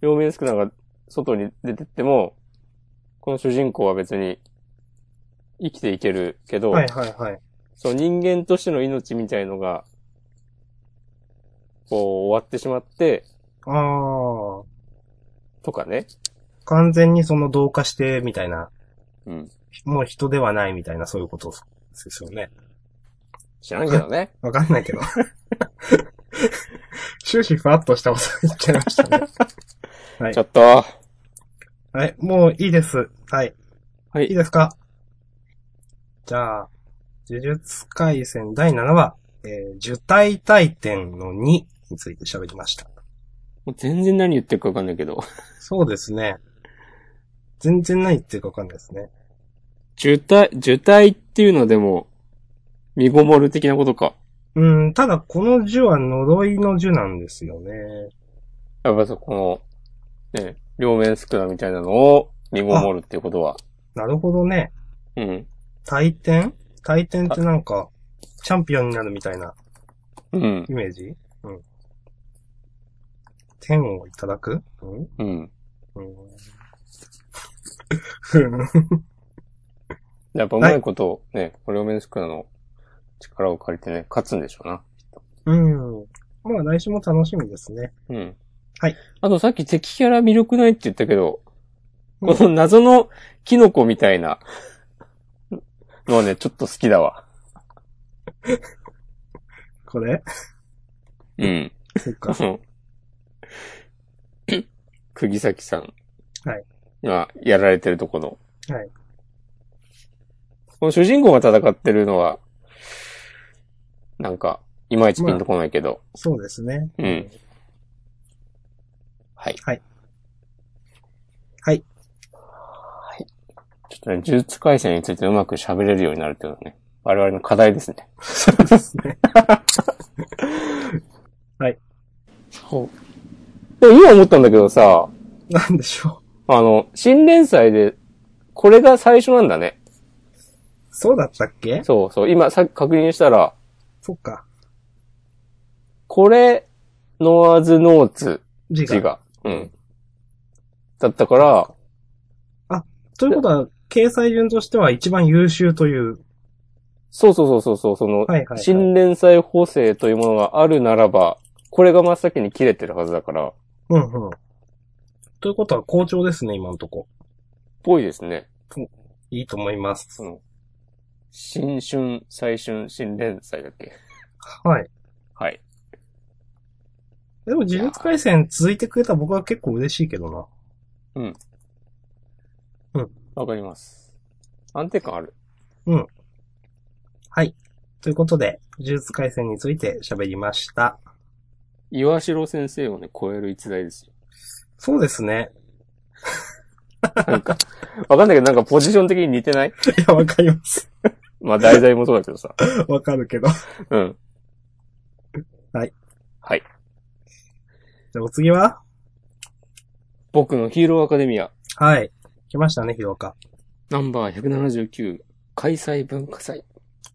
[SPEAKER 1] 両面スクナが外に出てっても、この主人公は別に生きていけるけど、
[SPEAKER 2] はいはいはい。
[SPEAKER 1] その人間としての命みたいのが、こう終わってしまって、
[SPEAKER 2] ああ、
[SPEAKER 1] とかね。
[SPEAKER 2] 完全にその同化して、みたいな、
[SPEAKER 1] うん。
[SPEAKER 2] もう人ではないみたいな、そういうことですよね。
[SPEAKER 1] 知らんけどね。
[SPEAKER 2] わかんないけど。 終始ふわっとしたこと言っちゃいましたね。ははい
[SPEAKER 1] ちょ。っと、
[SPEAKER 2] はい、もういいです。はい。
[SPEAKER 1] はい
[SPEAKER 2] いいですかじゃあ、呪術回戦第7話、えー、受体体験の2について喋りました。
[SPEAKER 1] もう全然何言ってるかわかんないけど。
[SPEAKER 2] そうですね。全然ないっていうかわかんないですね。
[SPEAKER 1] 受体、受体っていうのでも、身ごもる的なことか。
[SPEAKER 2] うん、ただこの呪は呪いの呪なんですよね。
[SPEAKER 1] やっぱそこの、ね、両面宿儺みたいなのを身ごもるっていうことは。
[SPEAKER 2] なるほどね。
[SPEAKER 1] うん。
[SPEAKER 2] 体験体験ってなんか、チャンピオンになるみたいな
[SPEAKER 1] うん。
[SPEAKER 2] イメージうん。天をいただくうん
[SPEAKER 1] うん。
[SPEAKER 2] うん。
[SPEAKER 1] やっぱうまいこと、ね、両面宿儺の力を借りてね、勝つんでしょうな。
[SPEAKER 2] うん。まあ来週も楽しみですね。
[SPEAKER 1] うん。
[SPEAKER 2] はい。
[SPEAKER 1] あとさっき敵キャラ魅力ないって言ったけど、
[SPEAKER 2] うん
[SPEAKER 1] この謎のキノコみたいなのはね、ちょっと好きだわ。
[SPEAKER 2] これ
[SPEAKER 1] うん。
[SPEAKER 2] そっか。
[SPEAKER 1] 釘崎さん。
[SPEAKER 2] はい。
[SPEAKER 1] が、やられてるとこの。
[SPEAKER 2] はい。
[SPEAKER 1] この主人公が戦ってるのは、なんか、いまいちピンとこないけど。
[SPEAKER 2] そうですね。
[SPEAKER 1] うん。はい。
[SPEAKER 2] はい。はい。
[SPEAKER 1] はい。ちょっとね、呪術回戦についてうまく喋れるようになるっていうのはね、我々の課題ですね。
[SPEAKER 2] そうですね。
[SPEAKER 1] そう。でも今思ったんだけどさ、
[SPEAKER 2] なんでしょう。
[SPEAKER 1] あの、新連載で、これが最初なんだね。
[SPEAKER 2] そうだったっけ
[SPEAKER 1] そうそう。今さっき確認したら、
[SPEAKER 2] そっか。
[SPEAKER 1] これ、ノアズノーツ、
[SPEAKER 2] 字が。
[SPEAKER 1] 字が。うん。だったから、
[SPEAKER 2] ということは、掲載順としては一番優秀という。
[SPEAKER 1] そうそうそうそうそう、その、
[SPEAKER 2] はいはいはい
[SPEAKER 1] 新連載補正というものがあるならば、これが真っ先に切れてるはずだから、
[SPEAKER 2] うんうん。ということは好調ですね、今のとこ。
[SPEAKER 1] ぽいですね。
[SPEAKER 2] いいと思います
[SPEAKER 1] そ。の、新春、最春、新連載だっけ
[SPEAKER 2] はい。
[SPEAKER 1] はい。
[SPEAKER 2] でも、呪術回戦続いてくれた僕は結構嬉しいけどな。
[SPEAKER 1] わかります。安定感ある。
[SPEAKER 2] はい。ということで、呪術回戦について喋りました。
[SPEAKER 1] 岩城先生をね、超える逸材ですよ。
[SPEAKER 2] そうですね。
[SPEAKER 1] わかんないけど、なんかポジション的に似てない
[SPEAKER 2] いや、わかります。
[SPEAKER 1] まあ、題材もそうだけどさ。
[SPEAKER 2] わかるけど。じ
[SPEAKER 1] うん。
[SPEAKER 2] はい。
[SPEAKER 1] はい。
[SPEAKER 2] ゃあ、お次は
[SPEAKER 1] 僕のヒーローアカデミア、
[SPEAKER 2] はい。来ましたね、ヒロカ。
[SPEAKER 1] ナンバー179、開催文化祭。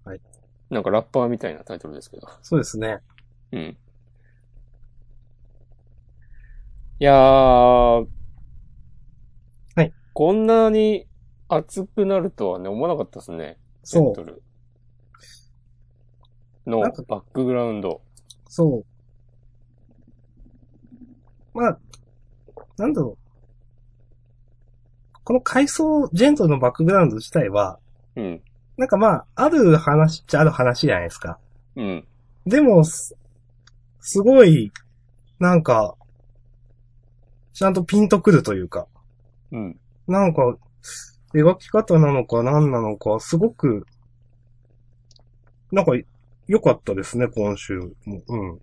[SPEAKER 2] はい。
[SPEAKER 1] なんかラッパーみたいなタイトルですけど。
[SPEAKER 2] そうですね。
[SPEAKER 1] うん。いやー。
[SPEAKER 2] はい。
[SPEAKER 1] こんなに熱くなるとはね、思わなかったですね。
[SPEAKER 2] そ
[SPEAKER 1] ベント
[SPEAKER 2] う。
[SPEAKER 1] ルの
[SPEAKER 2] なんか
[SPEAKER 1] バックグラウンド。
[SPEAKER 2] そう。まあ、なんだろう。この回想、ジェントルのバックグラウンド自体は、
[SPEAKER 1] うん。
[SPEAKER 2] なんかまあ、ある話っちゃある話じゃないですか。
[SPEAKER 1] うん。
[SPEAKER 2] でも、す、すごい、なんか、ちゃんとピンとくるというか、
[SPEAKER 1] うん。
[SPEAKER 2] なんか、描き方なのか何なのか、すごく、なんか、良かったですね、今週も。うん。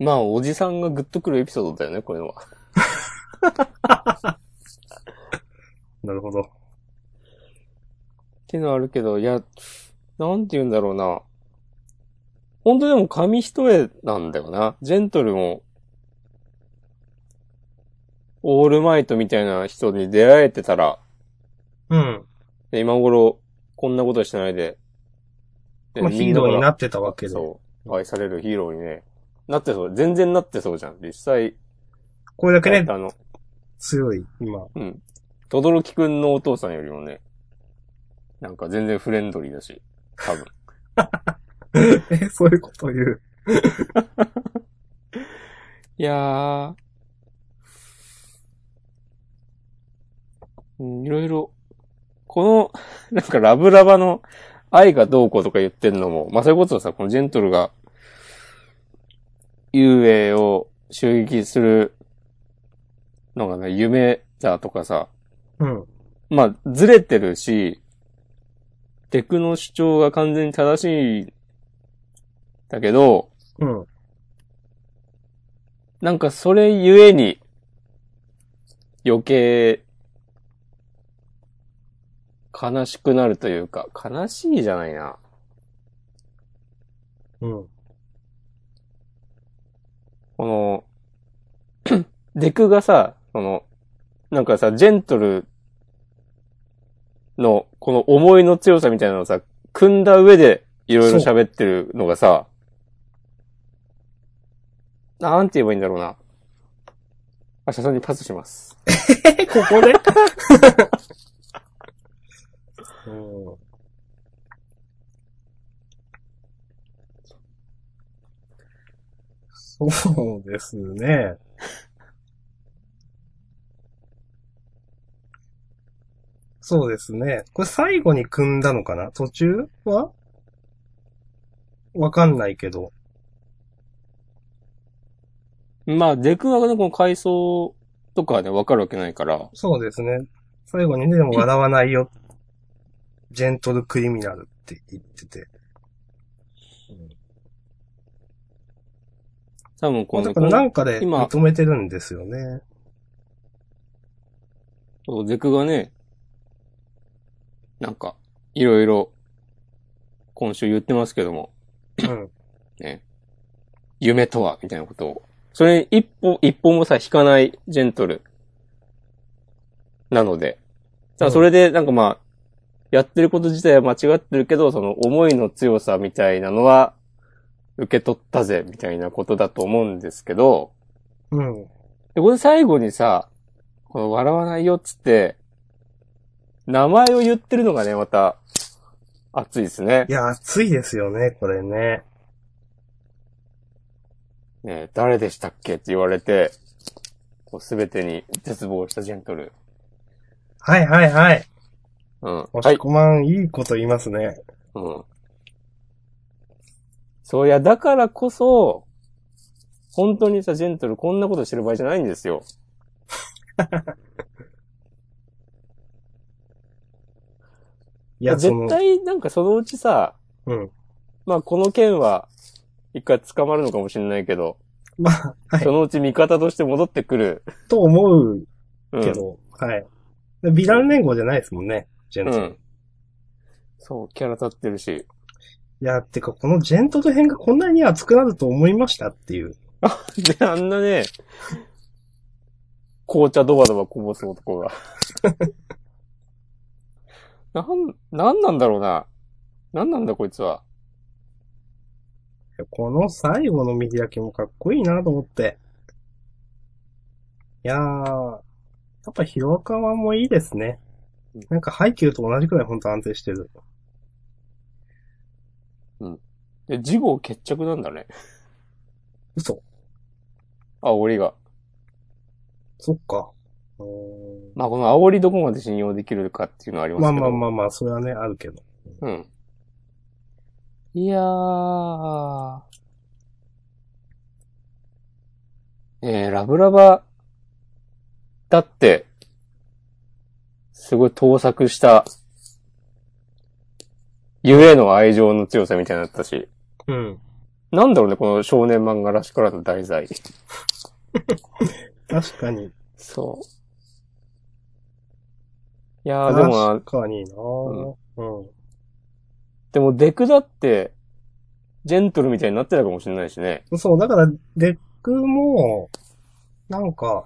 [SPEAKER 1] まあ、おじさんがグッとくるエピソードだよね、こういうのは。
[SPEAKER 2] なるほど。
[SPEAKER 1] ってのはあるけど、いや、なんて言うんだろうな。本当でも紙一重なんだよな。ジェントルも、オールマイトみたいな人に出会えてたら、
[SPEAKER 2] うん。
[SPEAKER 1] で今頃、こんなことしてないで、で
[SPEAKER 2] まあ、ヒーローになってたわけで。
[SPEAKER 1] そう、愛されるヒーローにね、なってそう。全然なってそうじゃん。実際、
[SPEAKER 2] これだけね、
[SPEAKER 1] あの、
[SPEAKER 2] 強い、今。
[SPEAKER 1] うん。とどろきくんのお父さんよりもね、なんか全然フレンドリーだし、多分。
[SPEAKER 2] え、そういうこと言う。
[SPEAKER 1] いやー。うんいろいろ、この、 なんかラブラバの愛がどうこうとか言ってんのも、まあ、それこそさ、このジェントルが、幽霊を襲撃するのがね、夢だとかさ、
[SPEAKER 2] うん。
[SPEAKER 1] まあ、ずれてるし、テクの主張が完全に正しいんだけど、
[SPEAKER 2] うん。
[SPEAKER 1] なんかそれゆえに、余計、悲しくなるというか、悲しいじゃないな。
[SPEAKER 2] うん。
[SPEAKER 1] この、 デクがさ、その、なんかさ、ジェントルの、この思いの強さみたいなのをさ、組んだ上で、いろいろ喋ってるのがさ、なんて言えばいいんだろうな。あ、社さんにパスします。
[SPEAKER 2] え、 ここでうん。そうですね。そうですね。これ最後に組んだのかな途中はわかんないけど。
[SPEAKER 1] まあ、デクはね、この階層とかはね、わかるわけないから、
[SPEAKER 2] そうですね。最後にね、でも笑わないよ。ジェントルクリミナルって言ってて。
[SPEAKER 1] 多分この、
[SPEAKER 2] だからなんかで
[SPEAKER 1] 今
[SPEAKER 2] 認めてるんです よね。
[SPEAKER 1] そう、ゼクがね、なんか、いろいろ、今週言ってますけども、
[SPEAKER 2] うん。
[SPEAKER 1] ね、夢とは、みたいなことを。それに一歩、一歩もさ、引かないジェントル。なので。さ
[SPEAKER 2] う
[SPEAKER 1] あ、
[SPEAKER 2] ん
[SPEAKER 1] それで、なんかまあ、やってること自体は間違ってるけど、その思いの強さみたいなのは、受け取ったぜ、みたいなことだと思うんですけど、
[SPEAKER 2] うん。
[SPEAKER 1] で、これ最後にさ、この笑わないよっつって、名前を言ってるのがね、また、熱いですね
[SPEAKER 2] い。や、熱いですよね、これね。
[SPEAKER 1] ね誰でしたっけって言われて、こうすべてに絶望したジェントル。
[SPEAKER 2] はいはいはい。
[SPEAKER 1] うん。
[SPEAKER 2] お
[SPEAKER 1] は
[SPEAKER 2] し
[SPEAKER 1] い。
[SPEAKER 2] こまん、いいこと言いますね。
[SPEAKER 1] うん。そういや、だからこそ、本当にさ、ジェントルこんなことしてる場合じゃないんですよ。
[SPEAKER 2] いや、そ
[SPEAKER 1] 絶
[SPEAKER 2] の、
[SPEAKER 1] 対なんかそのうちさ、
[SPEAKER 2] うん。
[SPEAKER 1] まあこの件は、一回捕まるのかもしれないけど、
[SPEAKER 2] まあ、はい
[SPEAKER 1] そ。のうち味方として戻ってくる。
[SPEAKER 2] と思う
[SPEAKER 1] うん
[SPEAKER 2] けど、はい。美談連合じゃないですもんね、ジェントル。
[SPEAKER 1] うん。そう、キャラ立ってるし。
[SPEAKER 2] いや、てか、このジェントル編がこんなに熱くなると思いましたっていう。
[SPEAKER 1] で、あんなね、紅茶ドバドバこぼす男が。 なん、なんなんだろうな。なんなんだこいつは。
[SPEAKER 2] この最後の見開きもかっこいいなと思って。いやー、やっぱヒロアカワもいいですね。なんかハイキューと同じくらいほんと安定してる。
[SPEAKER 1] で、事後決着なんだね。
[SPEAKER 2] 嘘
[SPEAKER 1] あ、りが。
[SPEAKER 2] そっか。うーん
[SPEAKER 1] まあ、この煽りどこまで信用できるかっていうのはありま
[SPEAKER 2] ますあ
[SPEAKER 1] けど。
[SPEAKER 2] まあまあまあ、それはね、あるけど。
[SPEAKER 1] うん。いやー。えー、ラブラバだって、すごい盗作した、ゆえの愛情の強さみたいになったし、
[SPEAKER 2] うん。
[SPEAKER 1] なんだろうね、この少年漫画らしからの題材。
[SPEAKER 2] 確かに。
[SPEAKER 1] そう。いやー、でもな
[SPEAKER 2] 確、かになぁ。うん。
[SPEAKER 1] でもデクだって、ジェントルみたいになってたかもしれないしね。
[SPEAKER 2] そう、だから、デックも、なんか、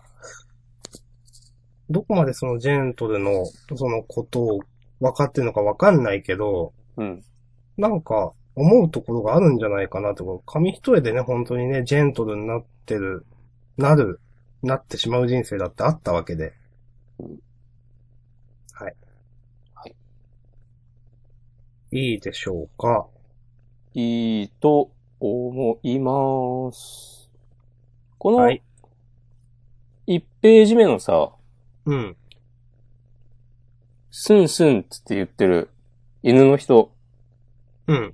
[SPEAKER 2] どこまでそのジェントルの、そのことを分かってるのか分かんないけど、
[SPEAKER 1] うん。
[SPEAKER 2] なんか、思うところがあるんじゃないかなってこと。紙一重でね、本当にね、ジェントルになってる、なる、なってしまう人生だってあったわけで。はい。
[SPEAKER 1] はい。
[SPEAKER 2] いいでしょうか。
[SPEAKER 1] いいと思います。この
[SPEAKER 2] はい。
[SPEAKER 1] 1ページ目のさ、
[SPEAKER 2] うん。
[SPEAKER 1] スンスンっつって言ってる犬の人、
[SPEAKER 2] うん。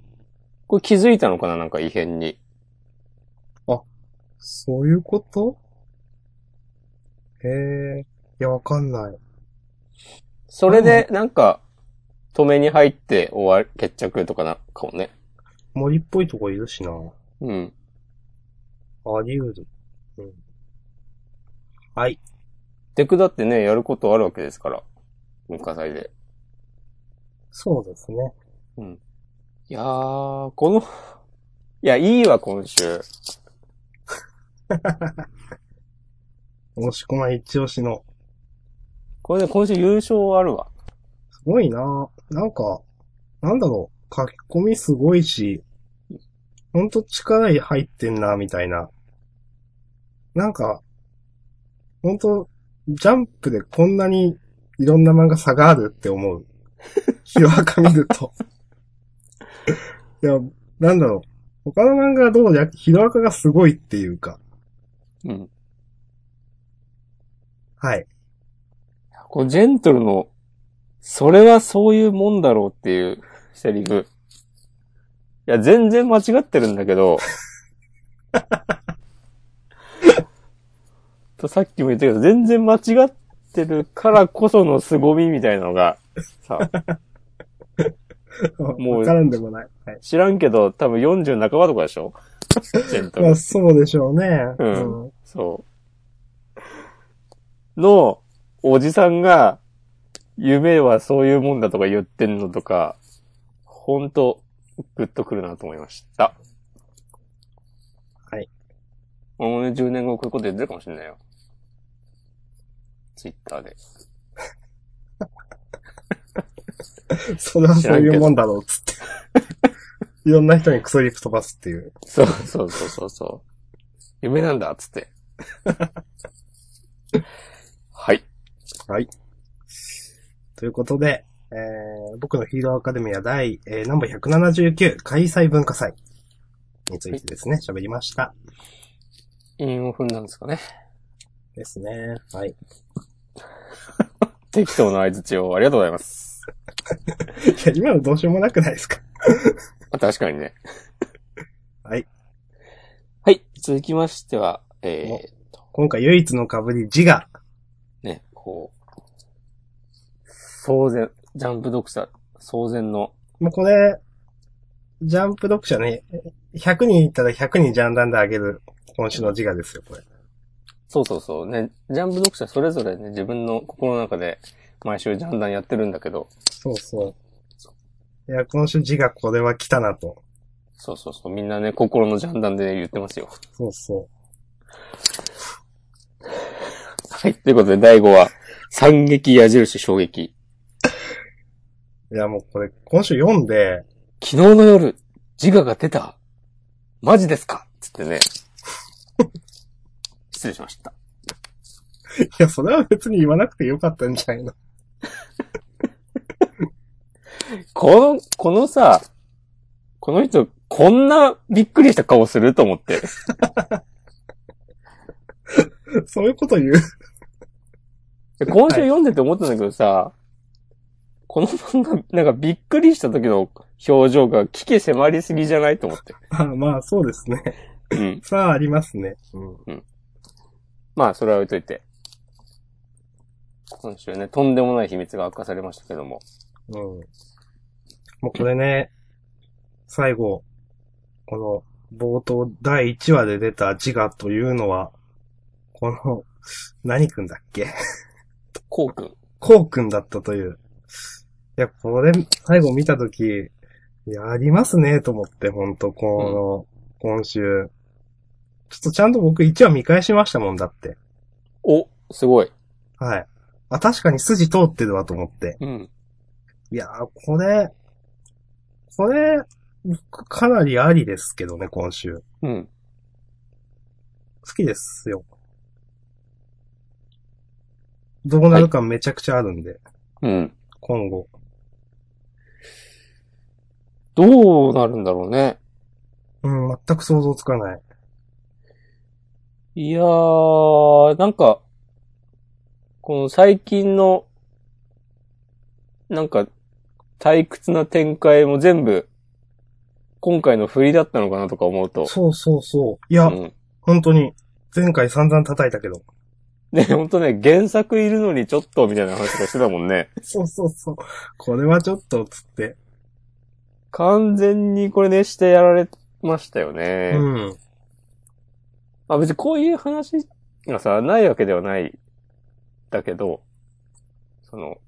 [SPEAKER 1] これ気づいたのかななんか異変に。
[SPEAKER 2] そういうことえへえ。いや、わかんない。
[SPEAKER 1] それで、なんか、止めに入って終わり、決着とかな、かもね。
[SPEAKER 2] 森っぽいとこいるしな。
[SPEAKER 1] うん。
[SPEAKER 2] あり得る。うん。はい。
[SPEAKER 1] デクだってね、やることあるわけですから。文化祭で。
[SPEAKER 2] そうですね。
[SPEAKER 1] いやー、この、いや、いいわ、今週。
[SPEAKER 2] 押し込ま一押しの。
[SPEAKER 1] これで今週優勝あるわ。
[SPEAKER 2] すごいななんか、なんだろう。書き込みすごいし、ほんと力入ってんな、みたいな。なんか、ほんと、ジャンプでこんなにいろんな漫画差があるって思う。ヒロアカ見ると。いや、なんだろう。他の漫画はどうじゃ、ヒロアカがすごいっていうか。
[SPEAKER 1] うん。
[SPEAKER 2] はい。
[SPEAKER 1] このジェントルの、それはそういうもんだろうっていうセリフ。いや、全然間違ってるんだけど。とさっきも言ったけど、全然間違ってるからこその凄みみたいなのが、さ、もう
[SPEAKER 2] わからんでもない。はい。
[SPEAKER 1] 知らんけど、多分40半ばとかでしょジェントル
[SPEAKER 2] まあ、。そうでしょうね。
[SPEAKER 1] うんそう。の、おじさんが、夢はそういうもんだとか言ってんのとか、ほんと、グッとくるなと思いました。
[SPEAKER 2] はい。
[SPEAKER 1] 俺もね、10年後こういうこと言ってるかもしれないよ。ツイッターで。
[SPEAKER 2] それはそういうもんだろう、つ って。いろんな人にクソリプ飛ばすっていう。
[SPEAKER 1] そうそうそうそうそう。夢なんだっつって。はい。
[SPEAKER 2] はい。ということで、えー、僕のヒーローアカデミア第、えー、ナンバー179開催文化祭についてですね、喋りました。
[SPEAKER 1] 陰を踏んだんですかね。
[SPEAKER 2] ですね。はい。
[SPEAKER 1] 適当な相槌をありがとうございます。
[SPEAKER 2] いや、今のどうしようもなくないですか
[SPEAKER 1] あ確かにね。
[SPEAKER 2] はい。
[SPEAKER 1] はい。続きましては、えー、
[SPEAKER 2] 今回唯一の被り、自我。
[SPEAKER 1] ね、こう、騒然、ジャンプ読者、騒然の、
[SPEAKER 2] もうこれ、ジャンプ読者ね、100人いったら100人ジャンダンであげる今週の自我ですよ、これ。
[SPEAKER 1] そうそうそう、ね、ジャンプ読者それぞれね、自分の心の中で、毎週ジャンダンやってるんだけど、
[SPEAKER 2] そうそう。いや、今週自我これは来たなと。
[SPEAKER 1] そうそうそう、みんなね、心のジャンダンで言ってますよ。
[SPEAKER 2] そうそ
[SPEAKER 1] はい。ということで、第5話、惨劇矢印衝撃。
[SPEAKER 2] う。いや、もうこれ、今週読んで、
[SPEAKER 1] 昨日の夜、自我が出た。マジですかつってね。失礼しました。
[SPEAKER 2] いや、それは別に言わなくてよかったんじゃないの。
[SPEAKER 1] この、このさ、この人、こんなびっくりした顔すると思って。
[SPEAKER 2] そういうこと言う。
[SPEAKER 1] で今週読んでて思ったんだけどさ、この漫画、なんかびっくりした時の表情が危機迫りすぎじゃないと思って。
[SPEAKER 2] あまあ、そうですね。
[SPEAKER 1] うん。
[SPEAKER 2] さあ、ありますね。うん。
[SPEAKER 1] まあ、それは置いといて。今週ね、とんでもない秘密が明かされましたけども。
[SPEAKER 2] うん。もうこれね、最後、この、冒頭第1話で出た自我というのは、この、何くんだっけ
[SPEAKER 1] こうくん。
[SPEAKER 2] こうくんだったという。いや、これ、最後見たとき、いや、ありますね、と思って、ほんと、この、今週。ちょっとちゃんと僕1話見返しましたもんだって。
[SPEAKER 1] お、すごい。
[SPEAKER 2] はい。あ、確かに筋通ってるわと思って。
[SPEAKER 1] うん。
[SPEAKER 2] いやー、これ、これ、僕かなりありですけどね、今週。
[SPEAKER 1] うん。
[SPEAKER 2] 好きですよ。どうなるかめちゃくちゃあるんで、
[SPEAKER 1] うん。
[SPEAKER 2] 今後。
[SPEAKER 1] どうなるんだろうね。
[SPEAKER 2] うん、全く想像つかない。
[SPEAKER 1] いやー、なんか、この最近の、なんか、退屈な展開も全部、今回の振りだったのかなとか思うと。
[SPEAKER 2] そうそうそう。いや、
[SPEAKER 1] うん。
[SPEAKER 2] 本当に、前回散々叩いたけど。
[SPEAKER 1] ね、ほんとね、原作いるのにちょっとみたいな話とかしてたもん ね。
[SPEAKER 2] そうそうそう。これはちょっと、つって。
[SPEAKER 1] 完全にこれね、してやられましたよね。
[SPEAKER 2] うん。
[SPEAKER 1] まあ別にこういう話がさ、ないわけではない。だけど、その、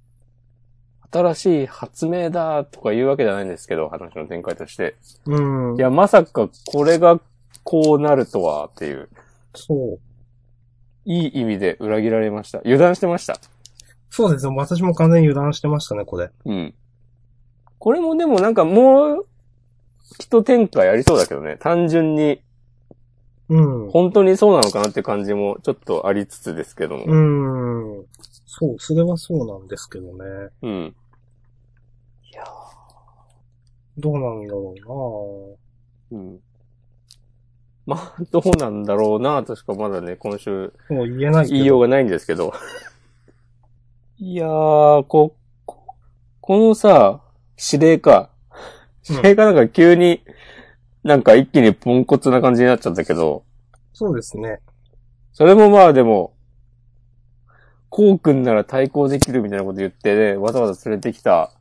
[SPEAKER 1] 新しい発明だとか言うわけじゃないんですけど、話の展開として。
[SPEAKER 2] うん。
[SPEAKER 1] いや、まさかこれがこうなるとはっていう、
[SPEAKER 2] そう。
[SPEAKER 1] いい意味で裏切られました。油断してました。
[SPEAKER 2] そうですね。私も完全に油断してましたね、これ。
[SPEAKER 1] うん。これもでもなんかもう、人展開ありそうだけどね。単純に、
[SPEAKER 2] うん。
[SPEAKER 1] 本当にそうなのかなって感じもちょっとありつつですけども。
[SPEAKER 2] うん。そう、それはそうなんですけどね。
[SPEAKER 1] うん。
[SPEAKER 2] どうなんだろ
[SPEAKER 1] うん。まあ、どうなんだろうな、としかまだね、今週
[SPEAKER 2] うなもう言えないけど。
[SPEAKER 1] 言いようがないんですけど。いやー、こ、ここのさ、指令か。
[SPEAKER 2] うん
[SPEAKER 1] 指令かなんか急に、なんか一気にポンコツな感じになっちゃったけど、
[SPEAKER 2] そうですね。
[SPEAKER 1] それもまあでも、こうくんなら対抗できるみたいなこと言ってね、わざわざ連れてきた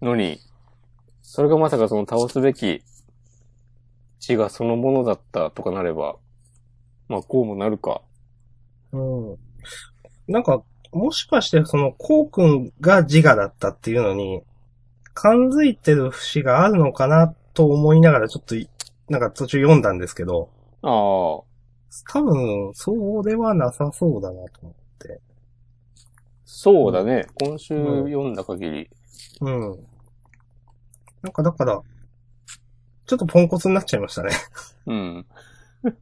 [SPEAKER 1] のに、それがまさかその倒すべき血がそのものだったとかなれば、まあこうもなるか。
[SPEAKER 2] うん。なんか、もしかして、その、こうくんが自我だったっていうのに、感づいてる節があるのかなと思いながら、ちょっとい、なんか途中読んだんですけど、
[SPEAKER 1] ああ、
[SPEAKER 2] 多分、そうではなさそうだなと思
[SPEAKER 1] そうだね。今週
[SPEAKER 2] うん
[SPEAKER 1] 読んだ限り。
[SPEAKER 2] う。うん。なんか、だから、ちょっとポンコツになっちゃいましたね。
[SPEAKER 1] うん。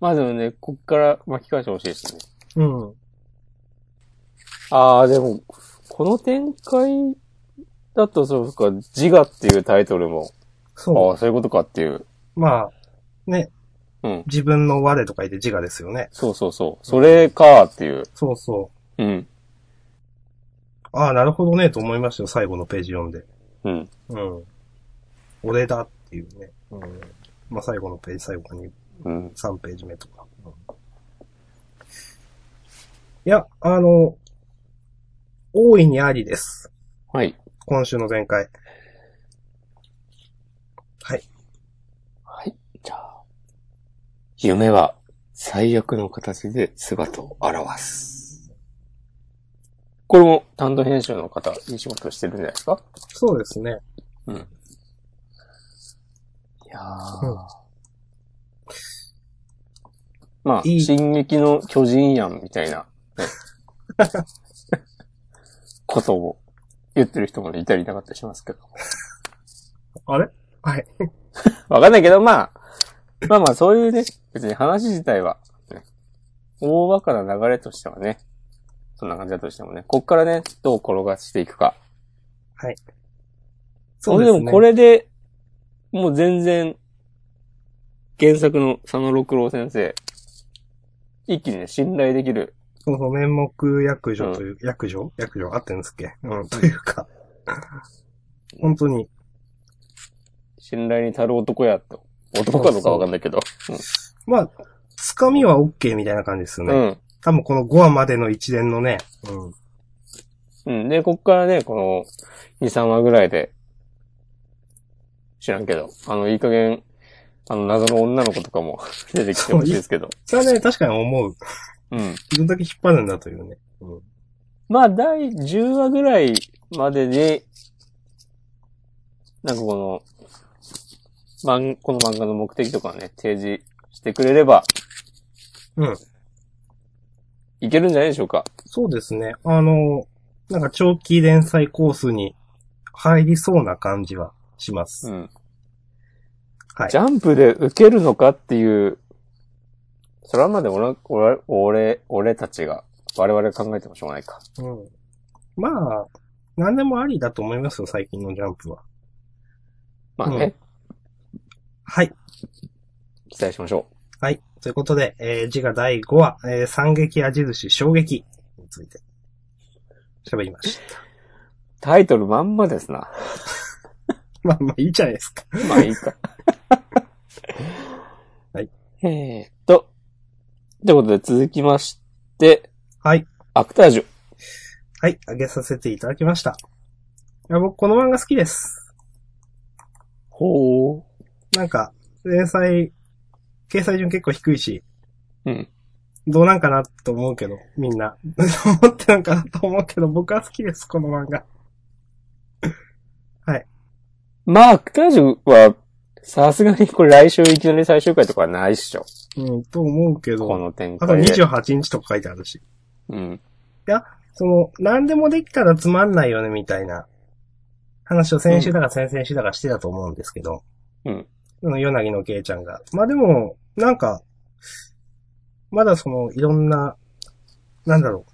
[SPEAKER 1] まあでもね、こっから巻き返してほしいですね。
[SPEAKER 2] うん。
[SPEAKER 1] ああ、でも、この展開だとそうか、自我っていうタイトルも、あ
[SPEAKER 2] そ
[SPEAKER 1] あ、そういうことかっていう。
[SPEAKER 2] う。まあ、ね。
[SPEAKER 1] うん
[SPEAKER 2] 自分の我とか言って自我ですよね。
[SPEAKER 1] そうそうそう。それかっていう。
[SPEAKER 2] そうそ
[SPEAKER 1] うん。
[SPEAKER 2] う。ああ、なるほどね、と思いましたよ、最後のページ読んで。
[SPEAKER 1] うん。
[SPEAKER 2] うん。俺だっていうね。うん。まあ、最後のページ、最後に
[SPEAKER 1] うん。
[SPEAKER 2] 3ページ目とか。うん、いや、あの、大いにありです。
[SPEAKER 1] はい。
[SPEAKER 2] 今週の前回。
[SPEAKER 1] はい。じゃあ。夢は最悪の形で姿を表す。これも担当編集の方、いい仕事してるんじゃないですか
[SPEAKER 2] そうですね。
[SPEAKER 1] いや
[SPEAKER 2] うん
[SPEAKER 1] まあ、
[SPEAKER 2] いい
[SPEAKER 1] 進撃の巨人やんみたいな、ね ことを言ってる人もいたりいなかったりしますけど。
[SPEAKER 2] あれはい。
[SPEAKER 1] わかんないけど、まあ、まあまあ、そういうね、別に話自体は、ね、大まかな流れとしてはね、そんな感じだとしてもね、こっからね、どう転がしていくか。
[SPEAKER 2] そうですね。
[SPEAKER 1] もこれで、もう全然、原作の佐野六郎先生、一気にね、信頼できる。
[SPEAKER 2] そうそう、面目役所という、役所役所合ってるんですっけうん、 というか。本当に、
[SPEAKER 1] 信頼に足る男やと。男かどうかわかんないけど。
[SPEAKER 2] まあ、つかみは OK みたいな感じですよ
[SPEAKER 1] う
[SPEAKER 2] ね。
[SPEAKER 1] ん。
[SPEAKER 2] 多分この5話までの一連のね、うん、
[SPEAKER 1] うん。で、こっからね、この、2、3話ぐらいで、知らんけど、あの、いい加減、あの、謎の女の子とかも 出てきてほしいですけど。
[SPEAKER 2] それはね、確かに思う。
[SPEAKER 1] うん。
[SPEAKER 2] どんだけ引っ張るんだというね。うん。
[SPEAKER 1] まあ、第10話ぐらいまでに、なんかこの、漫この漫画の目的とかね、提示してくれれば、
[SPEAKER 2] うん。
[SPEAKER 1] いけるんじゃないでしょうか。
[SPEAKER 2] そうですね。あの、なんか長期連載コースに入りそうな感じはします。
[SPEAKER 1] うん。
[SPEAKER 2] はい
[SPEAKER 1] ジャンプで受けるのかっていう、それはまで俺、俺、俺、俺たちが、我々が考えてもしょうがないか。
[SPEAKER 2] うん。まあ、何でもありだと思いますよ、最近のジャンプは。
[SPEAKER 1] まあね、
[SPEAKER 2] はい。
[SPEAKER 1] 期待しましょ
[SPEAKER 2] はい。ということで、えー、字が第5話、えー、惨劇矢印衝撃について喋りました。
[SPEAKER 1] う。タイトルまんまですな。
[SPEAKER 2] まあまあいいじゃないですか。
[SPEAKER 1] まあいいか。
[SPEAKER 2] はい。
[SPEAKER 1] えーっと、ってことで続きまして、
[SPEAKER 2] はい。
[SPEAKER 1] アクタージュ。
[SPEAKER 2] はい、あげさせていただきました。いや、僕この漫画好きです。
[SPEAKER 1] ほう。
[SPEAKER 2] なんか、連載、掲載順結構低いし、
[SPEAKER 1] うん。
[SPEAKER 2] どうなんかなと思うけど、みんな。 どう思ってなんかなと思うけど、僕は好きです、この漫画。
[SPEAKER 1] まあ、アクタージュは、さすがにこれ来週いきなり最終回とかはないっしょ。
[SPEAKER 2] うん、と思うけ
[SPEAKER 1] こ
[SPEAKER 2] ど、
[SPEAKER 1] の展
[SPEAKER 2] あと
[SPEAKER 1] 開で。
[SPEAKER 2] 28日とか書いてあるし。
[SPEAKER 1] うん。
[SPEAKER 2] その、何でもできたらつまんないよね、みたいな話を先週だか先々週だかしてたと思うんですけど。
[SPEAKER 1] うん。
[SPEAKER 2] ヨナギのけいちゃんが。まあでも、なんか、まだその、いろんな、なんだろう。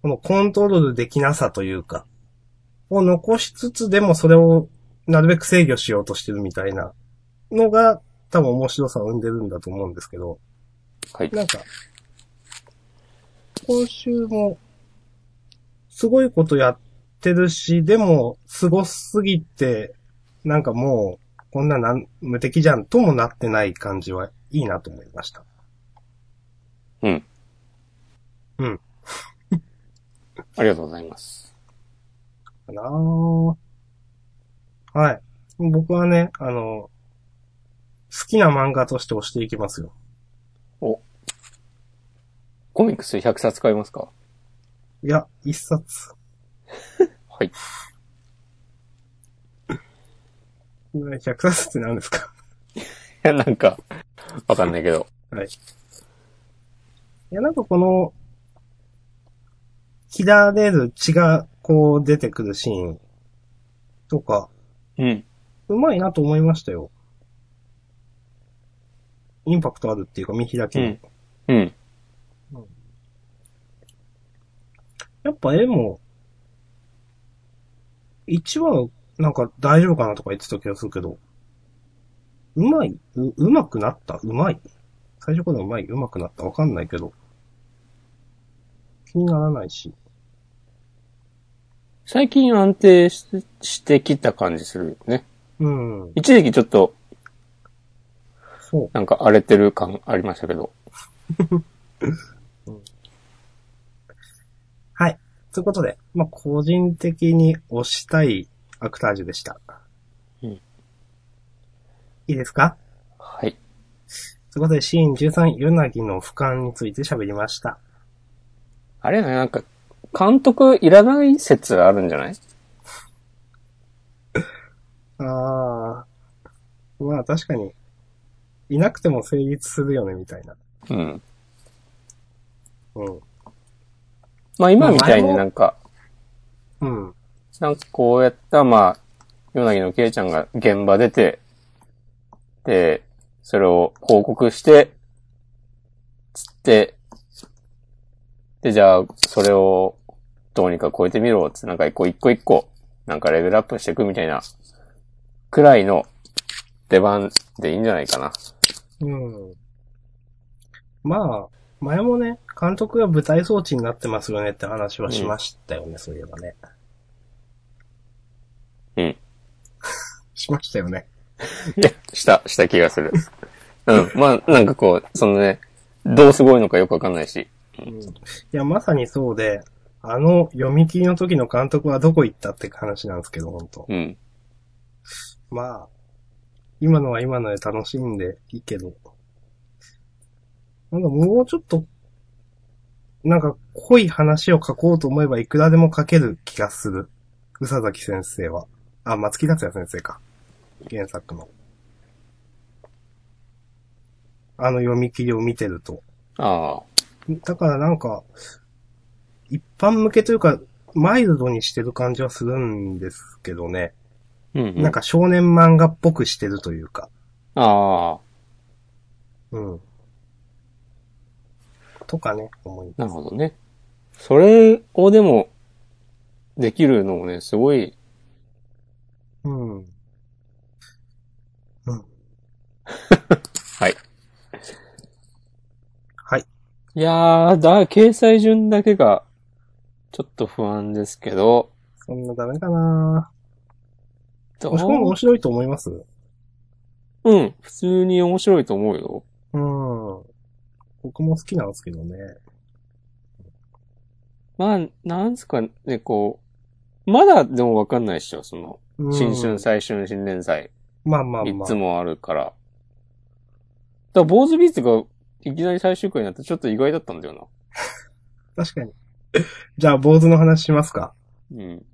[SPEAKER 2] このコントロールできなさというか、を残しつつでもそれをなるべく制御しようとしてるみたいなのが、多分面白さを生んでるんだと思うんですけど。
[SPEAKER 1] はい。
[SPEAKER 2] なんか、今週も、すごいことやってるし、でも、凄すすぎて、なんかもう、こんななん無敵じゃんともなってない感じはいいなと思いました。
[SPEAKER 1] うん。
[SPEAKER 2] うん。
[SPEAKER 1] ありがとうございます。
[SPEAKER 2] かなぁはい。僕はね、あの、好きな漫画として推していきますよ。
[SPEAKER 1] コミックス100冊買いますか
[SPEAKER 2] いや、一冊。
[SPEAKER 1] はい。
[SPEAKER 2] 100冊って何ですか
[SPEAKER 1] いや、なんか、わかんないけど。
[SPEAKER 2] いや、なんかこの、キラーレール血がこう出てくるシーンとか、
[SPEAKER 1] うん。
[SPEAKER 2] うまいなと思いましたよ。インパクトあるっていうか見開き
[SPEAKER 1] う
[SPEAKER 2] に。
[SPEAKER 1] ん。うん。
[SPEAKER 2] やっぱ絵も、1話なんか大丈夫かなとか言ってた気がするけど、うまいう、うまくなったうまい最初からうまいうまくなったわかんないけど、気にならないし。
[SPEAKER 1] 最近安定ししてきた感じするよね。
[SPEAKER 2] うん、
[SPEAKER 1] 一時期ちょっと、
[SPEAKER 2] そう。
[SPEAKER 1] なんか荒れてる感ありましたけど。
[SPEAKER 2] はい。ということで、まあ、個人的に推したいアクタージュでした。
[SPEAKER 1] うん
[SPEAKER 2] いいですか
[SPEAKER 1] はい。
[SPEAKER 2] ということで、シーン13、ヨナギの俯瞰について喋りました。
[SPEAKER 1] あれだね、なんか、監督いらない説あるんじゃない
[SPEAKER 2] あー。まあ、確かに、いなくても成立するよね、みたいな。
[SPEAKER 1] うん。
[SPEAKER 2] うん。
[SPEAKER 1] まあ今みたいになんか、
[SPEAKER 2] うん。
[SPEAKER 1] なんかこうやったらまあ、ヨナギのケイちゃんが現場出て、で、それを報告して、つって、で、じゃあ、それをどうにか超えてみろ、つってなんか一個一個一個、なんかレベルアップしていくみたいな、くらいの出番でいいんじゃないかな。
[SPEAKER 2] うん。まあ、前もね、監督が舞台装置になってますよねって話はしましたよね、そういえばね。
[SPEAKER 1] うん。
[SPEAKER 2] しましたよね。
[SPEAKER 1] いや、した、した気がする。うん。まあ、なんかこう、そのね、どうすごいのかよくわかんないし。
[SPEAKER 2] うんいや、まさにそうで、あの読み切りの時の監督はどこ行ったって話なんですけど、本当
[SPEAKER 1] うん。
[SPEAKER 2] まあ、今のは今ので楽しんでいいけど、なんかもうちょっと、なんか濃い話を書こうと思えばいくらでも書ける気がする。宇佐崎先生は。あ、松木達也先生か。原作の。あの読み切りを見てると。
[SPEAKER 1] ああ。
[SPEAKER 2] だからなんか、一般向けというか、マイルドにしてる感じはするんですけどね。
[SPEAKER 1] うん、
[SPEAKER 2] なんか少年漫画っぽくしてるというか。
[SPEAKER 1] ああ、
[SPEAKER 2] うん。とかね、思い。
[SPEAKER 1] なるほどね。それをでも、できるのもね、すごい、
[SPEAKER 2] うん。うん。
[SPEAKER 1] はい。
[SPEAKER 2] はい。
[SPEAKER 1] いやー、だ、掲載順だけが、ちょっと不安ですけど、
[SPEAKER 2] そんなダメかな
[SPEAKER 1] ど
[SPEAKER 2] もしくも面
[SPEAKER 1] う
[SPEAKER 2] 白いと思います
[SPEAKER 1] うん、普通に面白いと思うよ。
[SPEAKER 2] うん。僕も好きなんですけどね。
[SPEAKER 1] まあ、なんすかね、こう、まだでもわかんないっしょ、その、
[SPEAKER 2] うん
[SPEAKER 1] 新春、最春、新年祭。
[SPEAKER 2] まあまあ
[SPEAKER 1] い
[SPEAKER 2] まあ
[SPEAKER 1] つ。もあるから。だから、坊主ビーツがいきなり最終回になってちょっと意外だったんだよ
[SPEAKER 2] 確かに。 じゃあ、坊主の話しますか。
[SPEAKER 1] な。うん。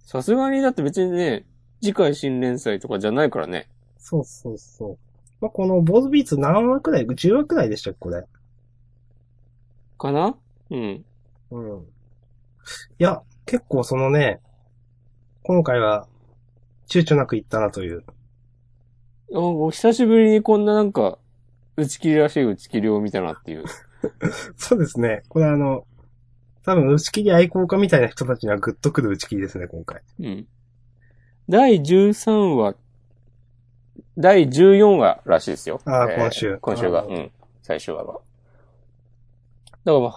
[SPEAKER 1] さすがに、だって別にね、次回新連載とかじゃないからね。
[SPEAKER 2] そうそうそう。まあ、この坊主ビーツ何話くらい ?10 話くらいでしたっけ、これ。
[SPEAKER 1] かなうん。
[SPEAKER 2] うん。いや、結構そのね、今回は、躊躇なく行ったなという。
[SPEAKER 1] あお久しぶりにこんななんか、打ち切りらしい打ち切りを見たなっていう。
[SPEAKER 2] そうですね。これあの、多分打ち切り愛好家みたいな人たちにはグッとくる打ち切りですね、今回。
[SPEAKER 1] うん。第13話、第14話らしいですよ。
[SPEAKER 2] ああ、
[SPEAKER 1] えー
[SPEAKER 2] 今週。
[SPEAKER 1] 今週が、
[SPEAKER 2] あ
[SPEAKER 1] う
[SPEAKER 2] ー
[SPEAKER 1] ん。最終話が。だからまあ、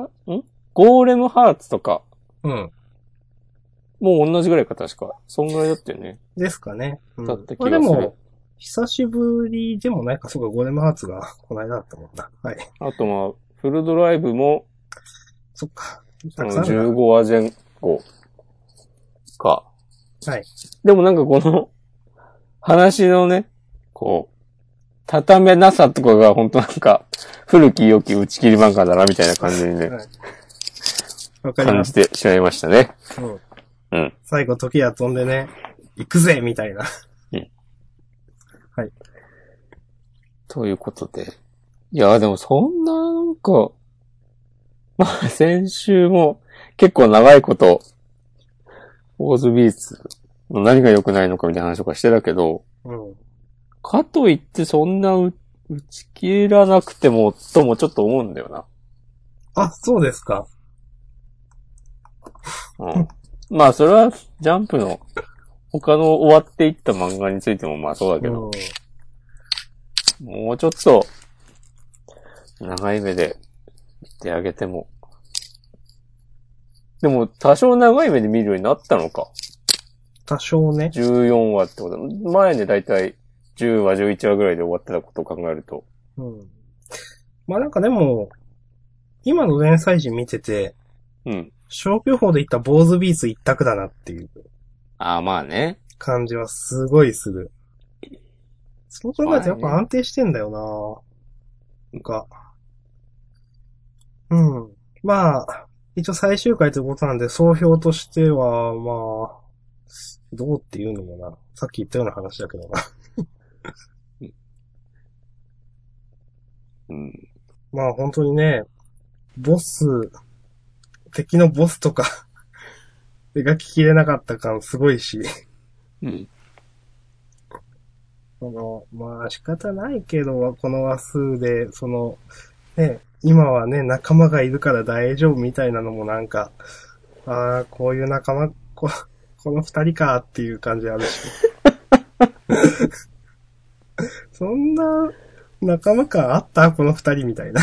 [SPEAKER 1] はー、んゴーレムハーツとか、
[SPEAKER 2] うん。
[SPEAKER 1] もう同じぐらいか、確か。そんぐらいだったよね。
[SPEAKER 2] ですかね。うん、
[SPEAKER 1] だった気
[SPEAKER 2] まあ
[SPEAKER 1] が
[SPEAKER 2] です
[SPEAKER 1] る
[SPEAKER 2] も、久しぶりでもないか、そうか、ゴーレムハーツが この間だったもんな。はい。
[SPEAKER 1] あとまあ、フルドライブも、
[SPEAKER 2] そっか。
[SPEAKER 1] そ
[SPEAKER 2] た
[SPEAKER 1] の
[SPEAKER 2] くさんある
[SPEAKER 1] 15話前後か。
[SPEAKER 2] はい。
[SPEAKER 1] でもなんかこの、話のね、こう、畳めなさとかが本当なんか、古き良き打ち切り漫画だな、みたいな感じにね
[SPEAKER 2] な。、はい。わかり
[SPEAKER 1] 感
[SPEAKER 2] ます
[SPEAKER 1] じ。てしまいましたね。
[SPEAKER 2] うん。
[SPEAKER 1] うん
[SPEAKER 2] 最後、時は飛んでね、行くぜみたいな。
[SPEAKER 1] ということで。いや、でもそんななんか、 まあ先週も結構長いこと、オーズビーツの何が良くないのかみたいな話とかしてたけど、
[SPEAKER 2] うん。
[SPEAKER 1] かといってそんなう打ち切らなくても、ともちょっと思うんだよな。
[SPEAKER 2] あ、そうですか。
[SPEAKER 1] うん。まあそれはジャンプの他の終わっていった漫画についてもまあそうだけ
[SPEAKER 2] う
[SPEAKER 1] ど、
[SPEAKER 2] ん。
[SPEAKER 1] もうちょっと、長い目で見てあげても。でも、多少長い目で見るようになったのか。
[SPEAKER 2] 多少ね。
[SPEAKER 1] 14話ってこと。前でだいたい10話、11話ぐらいで終わってたことを考えると。
[SPEAKER 2] うん。まあなんかでも、今の連載陣見てて、
[SPEAKER 1] うん。
[SPEAKER 2] 消去法で行った坊主ビーツ一択だなっていう
[SPEAKER 1] ああ、まあね。
[SPEAKER 2] 感じはすごいする。そう考えるとやっぱ安定してんだよななんか。うん。まあ、一応最終回ということなんで、総評としては、まあ、どうっていうのもな。さっき言ったような話だけどな。
[SPEAKER 1] うん。
[SPEAKER 2] まあ本当にね、ボス、敵のボスとか、 描ききれなかった感すごいし、
[SPEAKER 1] うん。
[SPEAKER 2] その、まあ仕方ないけど、この話数で、その、ね、今はね、仲間がいるから大丈夫みたいなのもなんか、ああ、こういう仲間、こ、この二人かっていう感じあるし。そんな仲間感あったこの二人みたいな。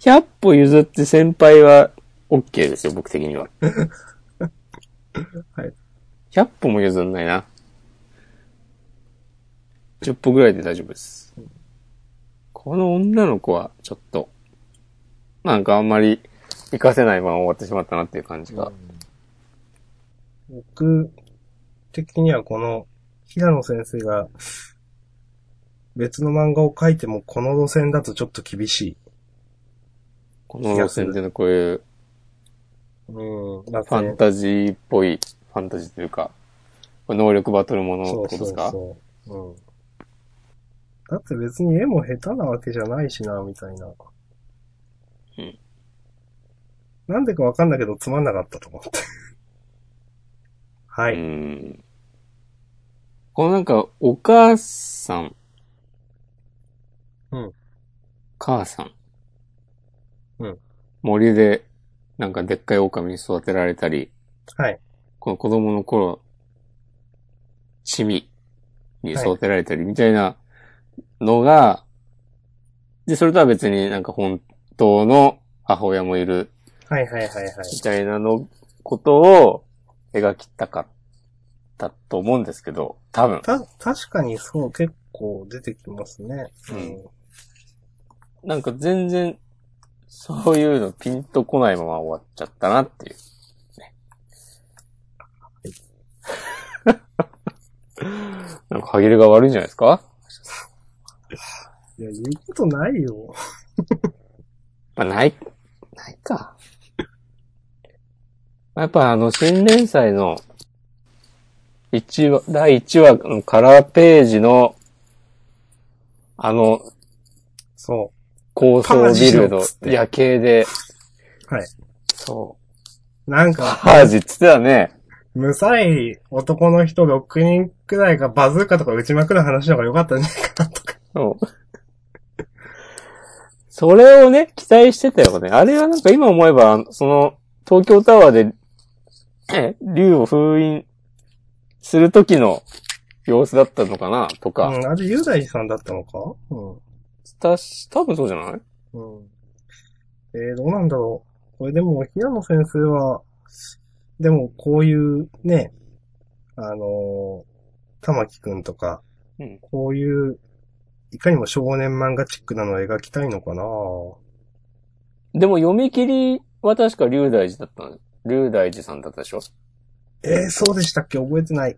[SPEAKER 1] 100歩譲って先輩は OK ですよ、僕的に は。
[SPEAKER 2] はい。
[SPEAKER 1] 100歩も譲んないな。10歩ぐらいで大丈夫です。この女の子は、ちょっと、なんかあんまり、活かせないまま終わってしまったなっていう感じが。
[SPEAKER 2] 僕的にはこの、平野先生が、別の漫画を描いてもこの路線だとちょっと厳しい。
[SPEAKER 1] この路線でのこういう、
[SPEAKER 2] うん。だっ
[SPEAKER 1] ファンタジーっぽい、ファンタジーというか、能力バトルものって
[SPEAKER 2] そ
[SPEAKER 1] こ
[SPEAKER 2] う
[SPEAKER 1] とで
[SPEAKER 2] そう
[SPEAKER 1] すか
[SPEAKER 2] そう。うん。だって別に絵も下手なわけじゃないしな、みたいな。
[SPEAKER 1] ん
[SPEAKER 2] なんでかわかんないけどつまんなかったと思って。は
[SPEAKER 1] う
[SPEAKER 2] い。
[SPEAKER 1] んこのなんか、お母さん。
[SPEAKER 2] うん。
[SPEAKER 1] 母さん。
[SPEAKER 2] うん。
[SPEAKER 1] 森で、なんかでっかい狼に育てられたり、
[SPEAKER 2] はい。
[SPEAKER 1] この子供の頃、シミに育てられたりみたいなのが、で、それとは別になんか本当の母親もいる
[SPEAKER 2] はいはいはいはい。
[SPEAKER 1] みたいなの、ことを描きたかったと思うんですけど、多分。
[SPEAKER 2] た、確かにそう、結構出てきますね。
[SPEAKER 1] うんなんか全然、そういうのピンとこないまま終わっちゃったなっていう。ね、なんか歯切れが悪いんじゃないですか
[SPEAKER 2] いや、言うことないよ。
[SPEAKER 1] まあ、ない、ないか。まあやっぱあの、新連載の、一話、第一話のカラーページの、あの、
[SPEAKER 2] そ
[SPEAKER 1] 高層ビル
[SPEAKER 2] パージしろっ
[SPEAKER 1] の
[SPEAKER 2] つって
[SPEAKER 1] 夜景で、
[SPEAKER 2] はい。
[SPEAKER 1] そう。
[SPEAKER 2] なんか、
[SPEAKER 1] ハージっつってたね。
[SPEAKER 2] むさい男の人6人くらいがバズーカとか撃ちまくる話の方が良かったんじゃないかなとか。
[SPEAKER 1] そう。それをね、期待してたよね。あれはなんか今思えば、あのその、東京タワーで、え竜を封印する時の様子だったのかなとか。
[SPEAKER 2] うん、あれ、雄大さんだったのかう
[SPEAKER 1] たし、多分そうじゃない
[SPEAKER 2] ん。うん。えー、どうなんだろう。これでも、平野先生は、でも、こういう、ね、あのー玉木くんとか、
[SPEAKER 1] うん
[SPEAKER 2] こういう、いかにも少年漫画チックなのを描きたいのかな
[SPEAKER 1] でも読み切りは確か竜大寺だったの。竜大寺さんだったでしょ
[SPEAKER 2] えー、そうでしたっけ覚えてない。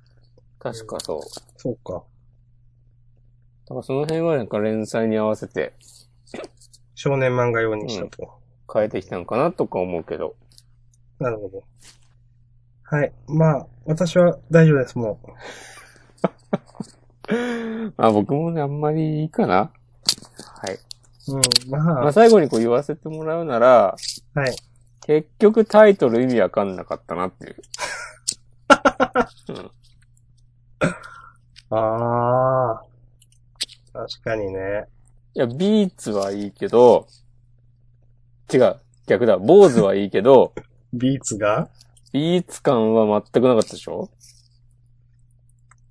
[SPEAKER 1] 確かそう。
[SPEAKER 2] そうか。
[SPEAKER 1] だからその辺はなんか連載に合わせて
[SPEAKER 2] 少年漫画用にしたと。
[SPEAKER 1] 変えてきたのかなとか思うけど。
[SPEAKER 2] なるほど。はい。まあ、私は大丈夫です、もう。
[SPEAKER 1] まあ僕もね、あんまりいいかな。はい。
[SPEAKER 2] うん、ま
[SPEAKER 1] まあ
[SPEAKER 2] あ、
[SPEAKER 1] 最後にこう言わせてもらうなら、
[SPEAKER 2] はい。
[SPEAKER 1] 結局タイトル意味わかんなかったなっていう。うん
[SPEAKER 2] ああ。確かにね。
[SPEAKER 1] いや、ビーツはいいけど、違う、逆だ、坊主はいいけど、
[SPEAKER 2] ビーツが
[SPEAKER 1] ビーツ感は全くなかったでしょ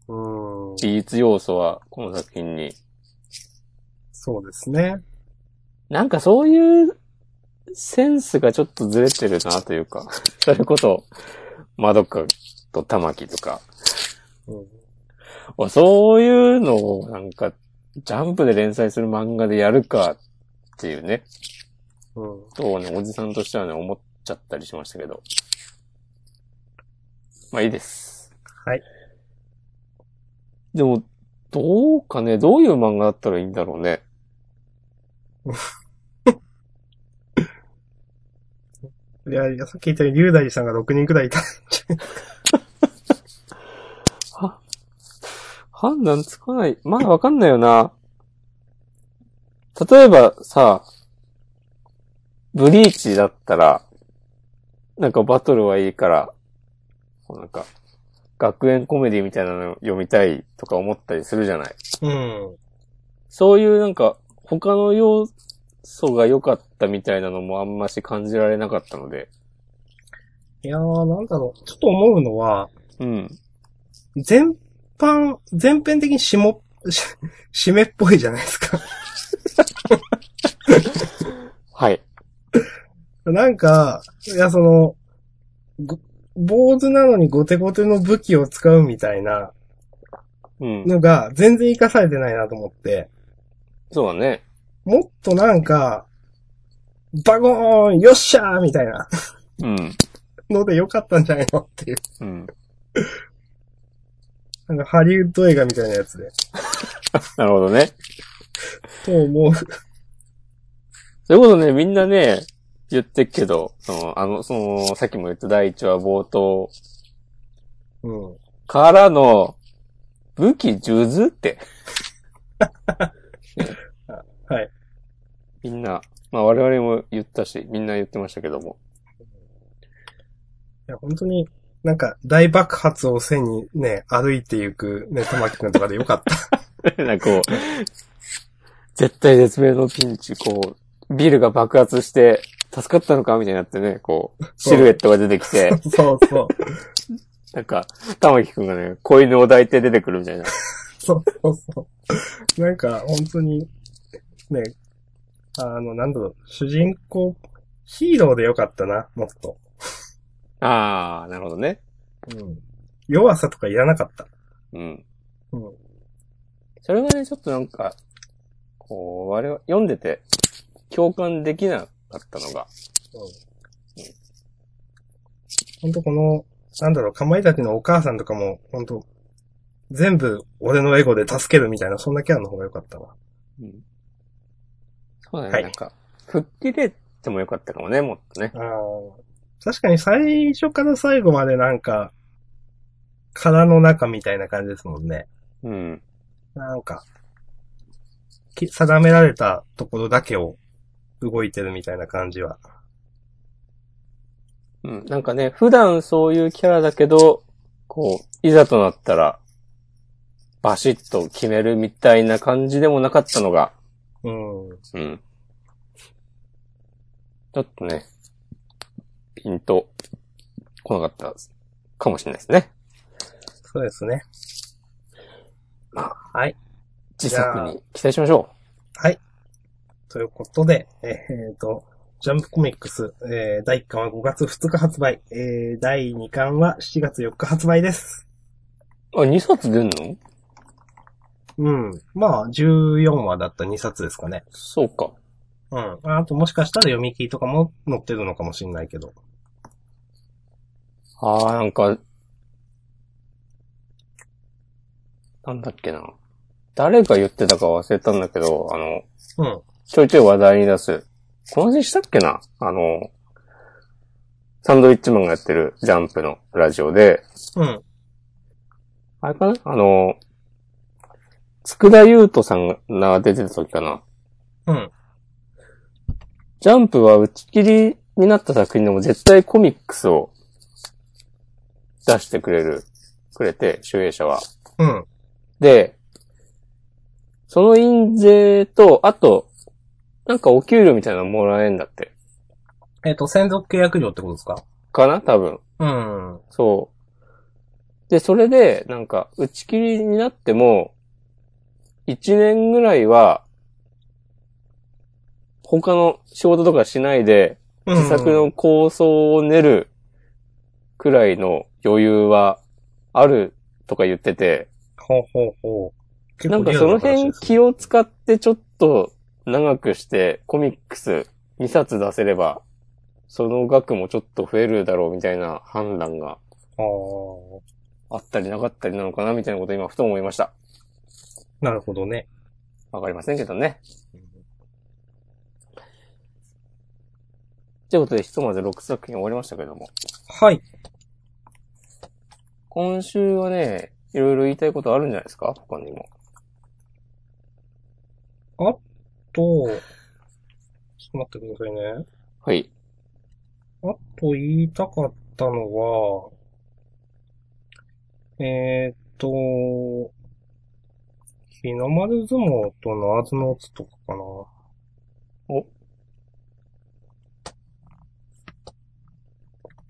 [SPEAKER 2] うーん。
[SPEAKER 1] ビーツ要素は、この作品に。
[SPEAKER 2] そうですね。
[SPEAKER 1] なんかそういうセンスがちょっとずれてるなというか、 それこそ、マドカと玉木とか、
[SPEAKER 2] うん、
[SPEAKER 1] そういうのをなんか、ジャンプで連載する漫画でやるかっていうね、
[SPEAKER 2] うん。
[SPEAKER 1] とね、おじさんとしてはね、思っちゃったりしましたけど。まあいいです。
[SPEAKER 2] はい。
[SPEAKER 1] でも、どうかね、どういう漫画だったらいいんだろうね。
[SPEAKER 2] いや、いやさっき言ったように、龍大寺さんが6人くらいいた。
[SPEAKER 1] 判断つかない。まだわかんないよな。例えばさ、ブリーチだったら、なんかバトルはいいから、こうなんか、学園コメディみたいなの読みたいとか思ったりするじゃない。
[SPEAKER 2] うん。
[SPEAKER 1] そういうなんか、他の要素が良かったみたいなのもあんまし感じられなかったので。
[SPEAKER 2] いやー、なんだろう。ちょっと思うのは、
[SPEAKER 1] うん。
[SPEAKER 2] 全般、全編的にしも、し、締めっぽいじゃないですか。
[SPEAKER 1] はい。
[SPEAKER 2] なんか、いや、その、ご坊主なのにゴテゴテの武器を使うみたいな
[SPEAKER 1] うん。
[SPEAKER 2] のが全然活かされてないなと思って。
[SPEAKER 1] そうだね。
[SPEAKER 2] もっとなんか、バゴーンよっしゃーみたいな
[SPEAKER 1] うん。
[SPEAKER 2] のでよかったんじゃないのっていう。
[SPEAKER 1] うん。
[SPEAKER 2] なんかハリウッド映画みたいなやつで。
[SPEAKER 1] なるほどね。
[SPEAKER 2] と思う。
[SPEAKER 1] そういうことね、みんなね、言ってっけど、その、あの、その、さっきも言った第一話冒頭
[SPEAKER 2] うん。
[SPEAKER 1] からの、武器数珠って。
[SPEAKER 2] はい。
[SPEAKER 1] みんな、まあ我々も言ったし、みんな言ってましたけども。
[SPEAKER 2] いや、本当に、なんか大爆発を背にね、歩いていくね、玉木くんとかでよかった。
[SPEAKER 1] なんかこう、絶対絶命のピンチ、こう、ビルが爆発して、助かったのかみたいになってね、こう、シルエットが出てきて、
[SPEAKER 2] そうそう。
[SPEAKER 1] なんか、玉木くんがね、子犬を抱いて出てくるみたいな。
[SPEAKER 2] そうそうそう。なんか、本当に、ね、あの、なんだろう、主人公、ヒーローでよかったな、もっと。
[SPEAKER 1] あー、なるほどね。
[SPEAKER 2] うん。弱さとかいらなかった。
[SPEAKER 1] うん。
[SPEAKER 2] うん。
[SPEAKER 1] それがね、ちょっとなんか、こう、我々、読んでて、共感できなかったのが、
[SPEAKER 2] ほんとこの、なんだろう、かまいたちのお母さんとかも、ほんと、全部俺のエゴで助けるみたいな、そんなキャラの方が良かったわ。
[SPEAKER 1] うん。そうだね、
[SPEAKER 2] はい
[SPEAKER 1] なんか、吹っ切れてもよかったかもね、もっとね。
[SPEAKER 2] あー確かに最初から最後までなんか、殻の中みたいな感じですもんね。
[SPEAKER 1] うん。
[SPEAKER 2] なんか、き定められたところだけを動いてるみたいな感じは。
[SPEAKER 1] うん。なんかね、普段そういうキャラだけど、こう、いざとなったら、バシッと決めるみたいな感じでもなかったのが、
[SPEAKER 2] うん。
[SPEAKER 1] うん。ちょっとね、ピンと、来なかったかもしれないですね。
[SPEAKER 2] そうですね。
[SPEAKER 1] 自作に期待しましょ
[SPEAKER 2] ということで、えっ、えーと、ジャンプコミックス、えー第1巻は5月2日発売、えー第2巻は7月4日発売です。
[SPEAKER 1] う。あ、2冊出んの
[SPEAKER 2] うん。まあ、14話だった2冊ですかね。
[SPEAKER 1] そうか。
[SPEAKER 2] うん。あともしかしたら読み切りとかも載ってるのかもしれないけど。
[SPEAKER 1] ああ、なんか、なんだっけな。誰が言ってたか忘れたんだけど、あの、
[SPEAKER 2] うん。
[SPEAKER 1] ちょいちょい話題に出す。この話したっけなあの、サンドウィッチマンがやってるジャンプのラジオで、
[SPEAKER 2] うん。
[SPEAKER 1] あれかなあの、佃優斗さんが出てた時かな。
[SPEAKER 2] うん。
[SPEAKER 1] ジャンプは打ち切りになった作品でも絶対コミックスを出してくれる、くれて、集英社は。
[SPEAKER 2] うん。
[SPEAKER 1] で、その印税と、あと、なんかお給料みたいなのもらえんだって。
[SPEAKER 2] えっ、と、専属契約料ってことですか
[SPEAKER 1] かな多分。
[SPEAKER 2] うん。うん。
[SPEAKER 1] そう。で、それで、なんか、打ち切りになっても、一年ぐらいは、他の仕事とかしないで、自作の構想を練るくらいの余裕はあるとか言ってて、
[SPEAKER 2] ほうほうほう。結
[SPEAKER 1] なんか
[SPEAKER 2] リア
[SPEAKER 1] そ
[SPEAKER 2] ル
[SPEAKER 1] の
[SPEAKER 2] 話ですね
[SPEAKER 1] 辺気を使ってちょっと長くしてコミックス2冊出せれば、その額もちょっと増えるだろうみたいな判断が
[SPEAKER 2] あー
[SPEAKER 1] あったりなかったりなのかなみたいなことを今ふと思いました。
[SPEAKER 2] なるほどね。
[SPEAKER 1] わかりませんけどね。ということで、ひとまず6作品終わりましたけども。
[SPEAKER 2] はい。
[SPEAKER 1] 今週はね、いろいろ言いたいことあるんじゃないですか他にも。
[SPEAKER 2] と、ちょっと待ってくださいね。
[SPEAKER 1] はい。
[SPEAKER 2] あと言いたかったのは、えーっと、日の丸相撲とナーズノーツとかかな。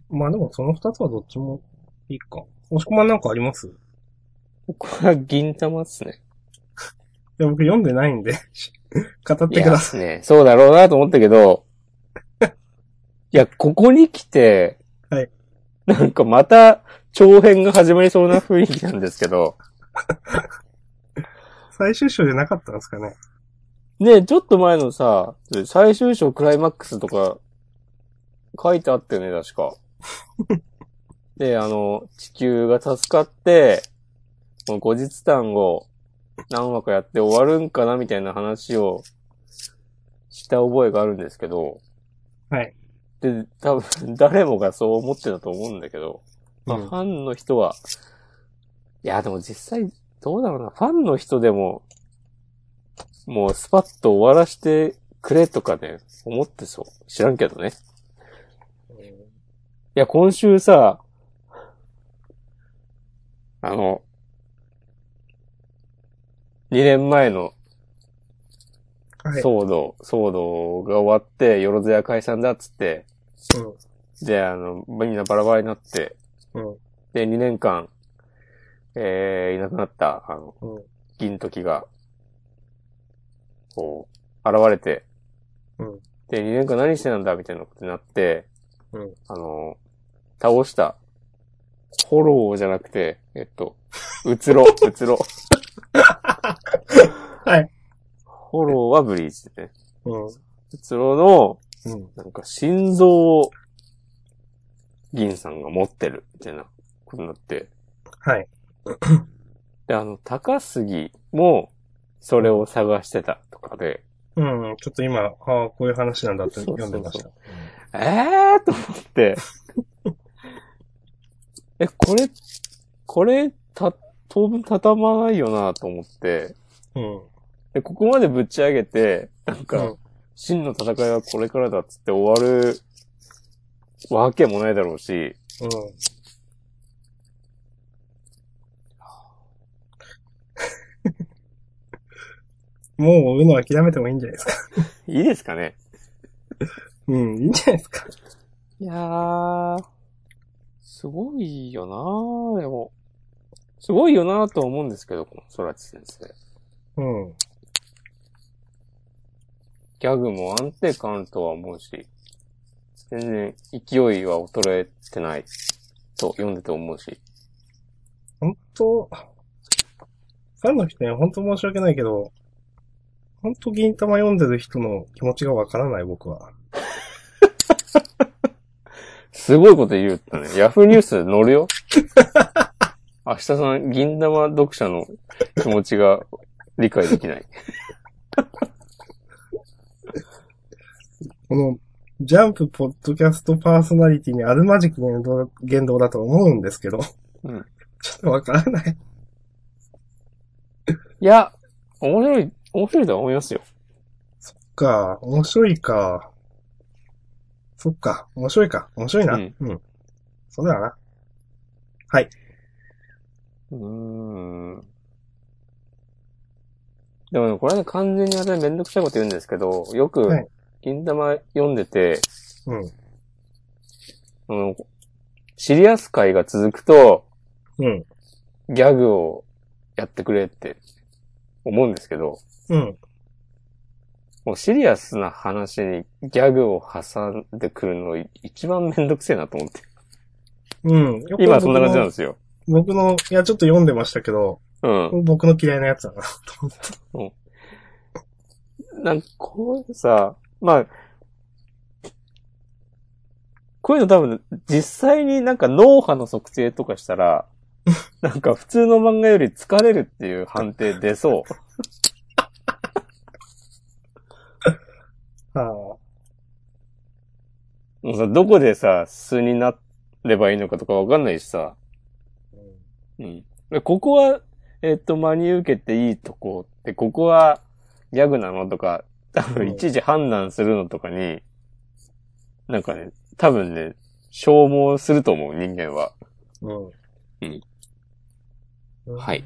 [SPEAKER 2] まあでもその二つはどっちもいいか。押し込まんなんかありますい
[SPEAKER 1] これは銀玉っすね。
[SPEAKER 2] や、僕読んでないんで、 語っ
[SPEAKER 1] い
[SPEAKER 2] てくだ
[SPEAKER 1] や
[SPEAKER 2] さい。
[SPEAKER 1] ね、そうだろうなと思ったけ ど、いや、ここに来て、
[SPEAKER 2] はい
[SPEAKER 1] なんかまた、長編が始まりそうな雰囲気なんですけど、
[SPEAKER 2] 最終章じゃなかったんですかね。
[SPEAKER 1] ね、ちょっと前のさ、最終章クライマックスとか、書いてあったよね、確か。で、あの、地球が助かって、この後日談を何話かやって終わるんかな、みたいな話をした覚えがあるんですけど、
[SPEAKER 2] はい。
[SPEAKER 1] で、多分、誰もがそう思ってたと思うんだけど、まあ、
[SPEAKER 2] うん
[SPEAKER 1] ファンの人は、いや、でも実際、どうだろうな、ファンの人でも、もうスパッと終わらしてくれとかね、思ってそう。知らんけどね。いや、今週さ、あの、2年前の
[SPEAKER 2] はい。
[SPEAKER 1] 騒動、騒動が終わって、よろずや解散だっつって、で、あの、みんなバラバラになって、
[SPEAKER 2] うん。うん。
[SPEAKER 1] で、2年間、えー、いなくなった、あの、
[SPEAKER 2] うん。
[SPEAKER 1] 銀時が、こう、現れて、
[SPEAKER 2] うん
[SPEAKER 1] で、2年間何してなんだみたいなことになって、
[SPEAKER 2] うん
[SPEAKER 1] あの、倒した、 フォローじゃなくて、えっと、うつろ、うつろ。
[SPEAKER 2] はい。
[SPEAKER 1] フォローはブリーチでね。
[SPEAKER 2] うん。
[SPEAKER 1] 哲郎の、
[SPEAKER 2] うん。
[SPEAKER 1] なんか心臓を、銀さんが持ってる、みたいなことになって。
[SPEAKER 2] はい。
[SPEAKER 1] で、あの、高杉も、それを探してたとかで、
[SPEAKER 2] うん。ちょっと今、ああ、こういう話なんだって読んでました。
[SPEAKER 1] そええーと思って。 え、これ、これ、た、当分畳まないよなと思って。
[SPEAKER 2] うん。
[SPEAKER 1] で、ここまでぶち上げて、なんか、
[SPEAKER 2] うん
[SPEAKER 1] 真の戦いはこれからだっつって終わるわけもないだろうし、
[SPEAKER 2] うん。もう追うの諦めてもいいんじゃないですか。
[SPEAKER 1] いいですかね
[SPEAKER 2] うん、いいんじゃないですか。
[SPEAKER 1] いやー、すごいよなーでも。すごいよなーとは思うんですけど、この空知先生。
[SPEAKER 2] うん。
[SPEAKER 1] ギャグも安定感とは思うし、全然勢いは衰えてないと読んでて思うし。
[SPEAKER 2] 本当ファンの人には本当申し訳ないけど、本当銀玉読んでる人の気持ちがわからない僕は。
[SPEAKER 1] すごいこと言うったね。ヤフーニュース乗るよ。明日さん、銀玉読者の気持ちが理解できない。
[SPEAKER 2] この、ジャンプポッドキャストパーソナリティにあるまじき言動言動だと思うんですけど、
[SPEAKER 1] うん
[SPEAKER 2] ちょっとわからない。
[SPEAKER 1] いや、面白い、面白いとは思いますよ。
[SPEAKER 2] か、面白いか。そっか、面白いか。面白いな。
[SPEAKER 1] う
[SPEAKER 2] うんん。そうだよな。
[SPEAKER 1] うーん。でもね、これね、完全にあれめんどくさいこと言うんですけど、よく
[SPEAKER 2] はい、
[SPEAKER 1] 銀玉読んでて、
[SPEAKER 2] うん。
[SPEAKER 1] あの、シリアス会が続くと、
[SPEAKER 2] うん。
[SPEAKER 1] ギャグをやってくれって思うんですけど、
[SPEAKER 2] うん。
[SPEAKER 1] もうシリアスな話にギャグを挟んでくるの一番めんどくせえなと思って。
[SPEAKER 2] うん。よく
[SPEAKER 1] 今そんな感じなん
[SPEAKER 2] 僕の
[SPEAKER 1] ですよ。
[SPEAKER 2] 僕の、いや、ちょっと読んでましたけど、
[SPEAKER 1] うん。
[SPEAKER 2] 僕の嫌いなやつだな。
[SPEAKER 1] なんかこういうさ、まあ、こういうの多分実際になんか脳波の測定とかした ら、なんか普通の漫画より疲れるっていう判定出そう。
[SPEAKER 2] は
[SPEAKER 1] もうさ、どこでさ、素になればいいのかとかわかんないしさ。
[SPEAKER 2] あ。
[SPEAKER 1] うん。でここは、えっと、真に受けていいとこって、ここはギャグなのとか、多
[SPEAKER 2] う
[SPEAKER 1] 分
[SPEAKER 2] ん
[SPEAKER 1] いちいち判断するのとかに、なんかね、多分ね、消耗すると思う、人間は。
[SPEAKER 2] うん。
[SPEAKER 1] うん
[SPEAKER 2] うん。
[SPEAKER 1] はい。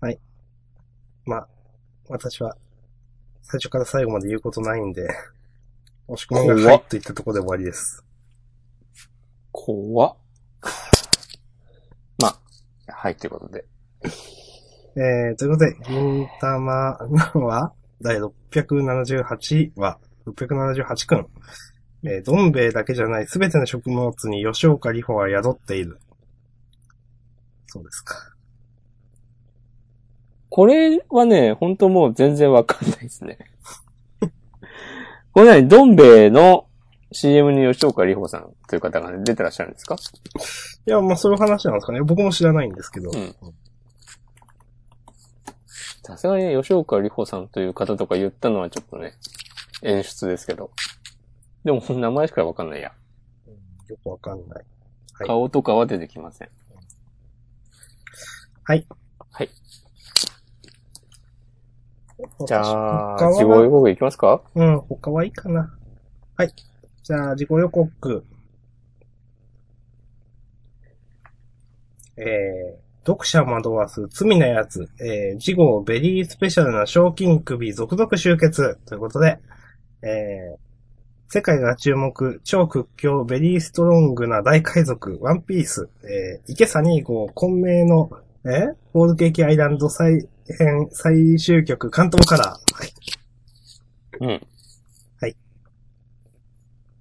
[SPEAKER 2] はい。まあ、私は、最初から最後まで言うことない んで、押し込みがはいといったところで終わりです。
[SPEAKER 1] 怖っ。 まあ、はい、ということで。
[SPEAKER 2] えー、ということで、銀玉は、第678話、678くん。えー、どん兵衛だけじゃないすべての食物に吉岡里帆は宿っている。そうですか。
[SPEAKER 1] これはね、ほんともう全然わかんないですね。これ何どん兵衛の CM に吉岡里帆さんという方が、ね、出てらっしゃるんですか
[SPEAKER 2] いや、まあそういう話なんですかね。僕も知らないんですけど。
[SPEAKER 1] うんさすがにね吉岡里帆さんという方とか言ったのはちょっとね、演出ですけど。でも、名前しかわかんないや。
[SPEAKER 2] よくわかんない。はい
[SPEAKER 1] 顔とかは出てきません。
[SPEAKER 2] はい。
[SPEAKER 1] はい。じゃあ、
[SPEAKER 2] 他は
[SPEAKER 1] 地声語行きますか
[SPEAKER 2] うん、他はいいかな。はい。じゃあ、自己予告。えー、読者惑わす罪なやつ、えー、事後ベリースペシャルな賞金首続々集結ということで、えー、世界が注目、超屈強、ベリーストロングな大海賊、ワンピース、えー、池谷号、混迷の、えー、ホールケーキアイランド再編、最終局、関東カラー。はい
[SPEAKER 1] うん。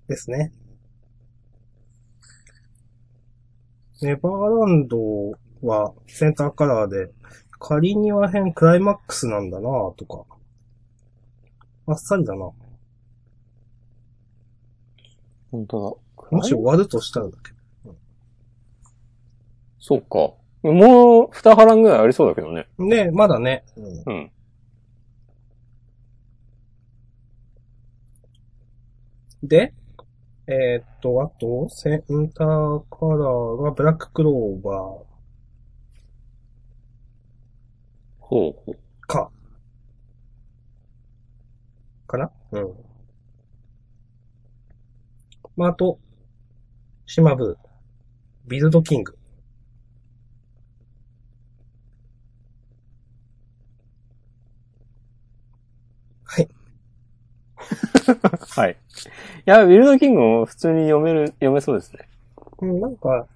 [SPEAKER 2] ですね。ネバーランドはセンターカラーで、仮庭編クライマックスなんだなぁとか。あっさりだな。
[SPEAKER 1] 本当だ。
[SPEAKER 2] もし終わるとしたらだけど。
[SPEAKER 1] そうか。もう、二波乱ぐらいありそうだけどね。
[SPEAKER 2] ねまだね。う
[SPEAKER 1] う
[SPEAKER 2] ん
[SPEAKER 1] ん。
[SPEAKER 2] で、えーっと、あと、センターカラーがブラッククローバ
[SPEAKER 1] ほうほう。
[SPEAKER 2] ーか。かなうん。まあ、あと、島部、ビルドキング。
[SPEAKER 1] はい。いや、ウィルドキングも普通に読める、読めそうですね。
[SPEAKER 2] うん、なんか、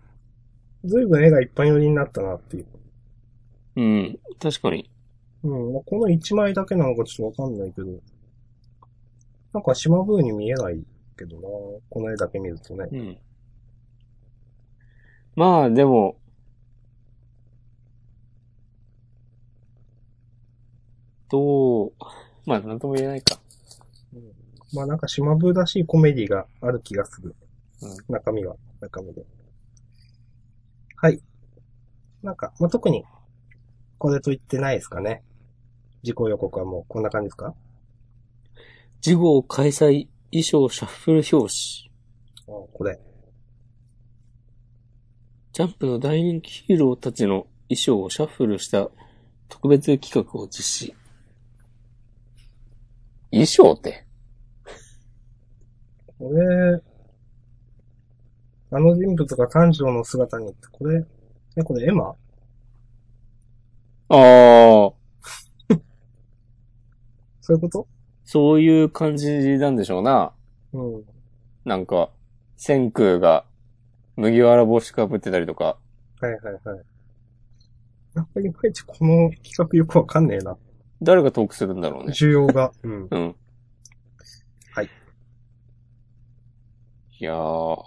[SPEAKER 2] ずいぶん絵が一般寄りになったなっていう。
[SPEAKER 1] うん。確かに。
[SPEAKER 2] うん、まあこの一枚だけなのかちょっとわかんないけど。なんか島風に見えないけどな。この絵だけ見るとね。
[SPEAKER 1] うん。まあ、でも、どう、まあ、なんとも言えないか。
[SPEAKER 2] まあなんか島風らしいコメディがある気がする。
[SPEAKER 1] う
[SPEAKER 2] 中身は、中身で。はい。なんか、まあ特に、これと言ってないですかね。自己予告はもうこんな感じですか
[SPEAKER 1] 事後開催、衣装シャッフル表紙。
[SPEAKER 2] あこれ。
[SPEAKER 1] ジャンプの大人気ヒーローたちの衣装をシャッフルした特別企画を実施。衣装って
[SPEAKER 2] これ、あの人物が炭治郎の姿にって、これ、え、これエマ
[SPEAKER 1] ああ、
[SPEAKER 2] そういうこと
[SPEAKER 1] そういう感じなんでしょうな。
[SPEAKER 2] うん。
[SPEAKER 1] なんか、千空が麦わら帽子かぶってたりとか。
[SPEAKER 2] はいはいはい。なんかいまいちこの企画よくわかんねえな。
[SPEAKER 1] 誰がトークするんだろうね。
[SPEAKER 2] 需要が。うん。
[SPEAKER 1] うん。
[SPEAKER 2] はい。
[SPEAKER 1] いやー。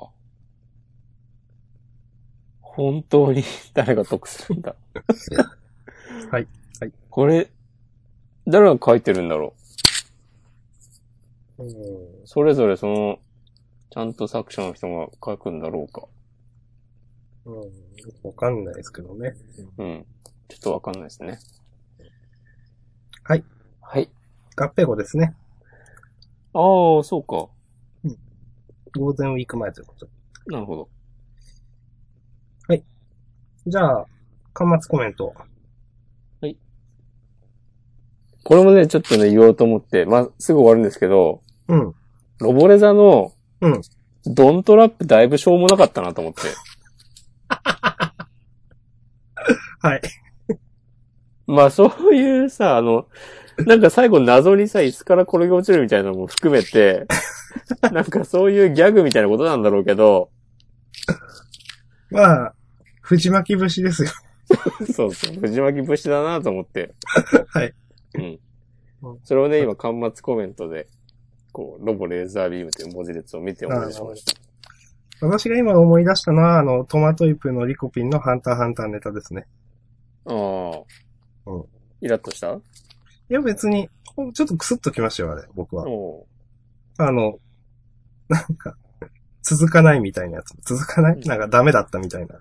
[SPEAKER 1] 本当に 誰が得するんだ。
[SPEAKER 2] はい。はい。
[SPEAKER 1] これ、誰が書いてるんだろ
[SPEAKER 2] うん。
[SPEAKER 1] う。それぞれその、ちゃんと作者の人が書くんだろうか。
[SPEAKER 2] うん。よくわかんないですけどね。
[SPEAKER 1] うん。ちょっとわかんないですね。
[SPEAKER 2] はい。
[SPEAKER 1] はい。
[SPEAKER 2] 合併後ですね。
[SPEAKER 1] ああ、そうか。
[SPEAKER 2] ゴールデンウィーク前ということで。
[SPEAKER 1] なるほど。
[SPEAKER 2] じゃあ、端末コメント。
[SPEAKER 1] これもね、ちょっとね、言おうと思って、まあ、すぐ終わるんですけど、
[SPEAKER 2] うん。
[SPEAKER 1] ロボレザの、
[SPEAKER 2] うん
[SPEAKER 1] ドントラップだいぶしょうもなかったなと思 って。
[SPEAKER 2] はい。
[SPEAKER 1] まあそういうさ、あの、なんか最後謎にさ、椅子から転げ落ちるみたいなのも含め て、なんかそういうギャグみたいなことなんだろうけど、
[SPEAKER 2] まあ、藤巻節ですよ。
[SPEAKER 1] そうそう、藤巻節だなと思って。
[SPEAKER 2] はい。
[SPEAKER 1] うん
[SPEAKER 2] うん。
[SPEAKER 1] それをね、今、端末コメントで、こう、ロボレーザービームという文字列を見て思い出しました。
[SPEAKER 2] 私が今思い出したのは、あの、トマトイプのリコピンのハンターハンターネタですね。
[SPEAKER 1] ああ。
[SPEAKER 2] うん
[SPEAKER 1] イラッとした
[SPEAKER 2] いや別に、ちょっとクスッときましたよ、あれ、僕は。
[SPEAKER 1] おう
[SPEAKER 2] あの、なんか、続かないみたいなやつも。続かないなんかダメだったみたいな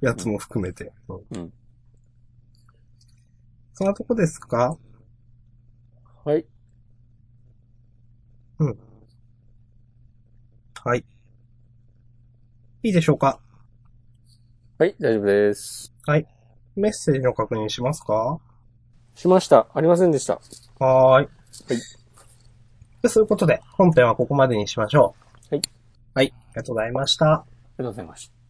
[SPEAKER 2] やつも含めて。
[SPEAKER 1] うん
[SPEAKER 2] そんなとこですか
[SPEAKER 1] はい。
[SPEAKER 2] はい。いいでしょうか
[SPEAKER 1] はい、大丈夫です。
[SPEAKER 2] メッセージの確認しますか
[SPEAKER 1] しました。ありませんでした。
[SPEAKER 2] はー
[SPEAKER 1] は
[SPEAKER 2] い。
[SPEAKER 1] い
[SPEAKER 2] で。そういうことで、本編はここまでにしましょう。
[SPEAKER 1] はい。
[SPEAKER 2] はい。ありがとうございました。
[SPEAKER 1] ありがとうございました。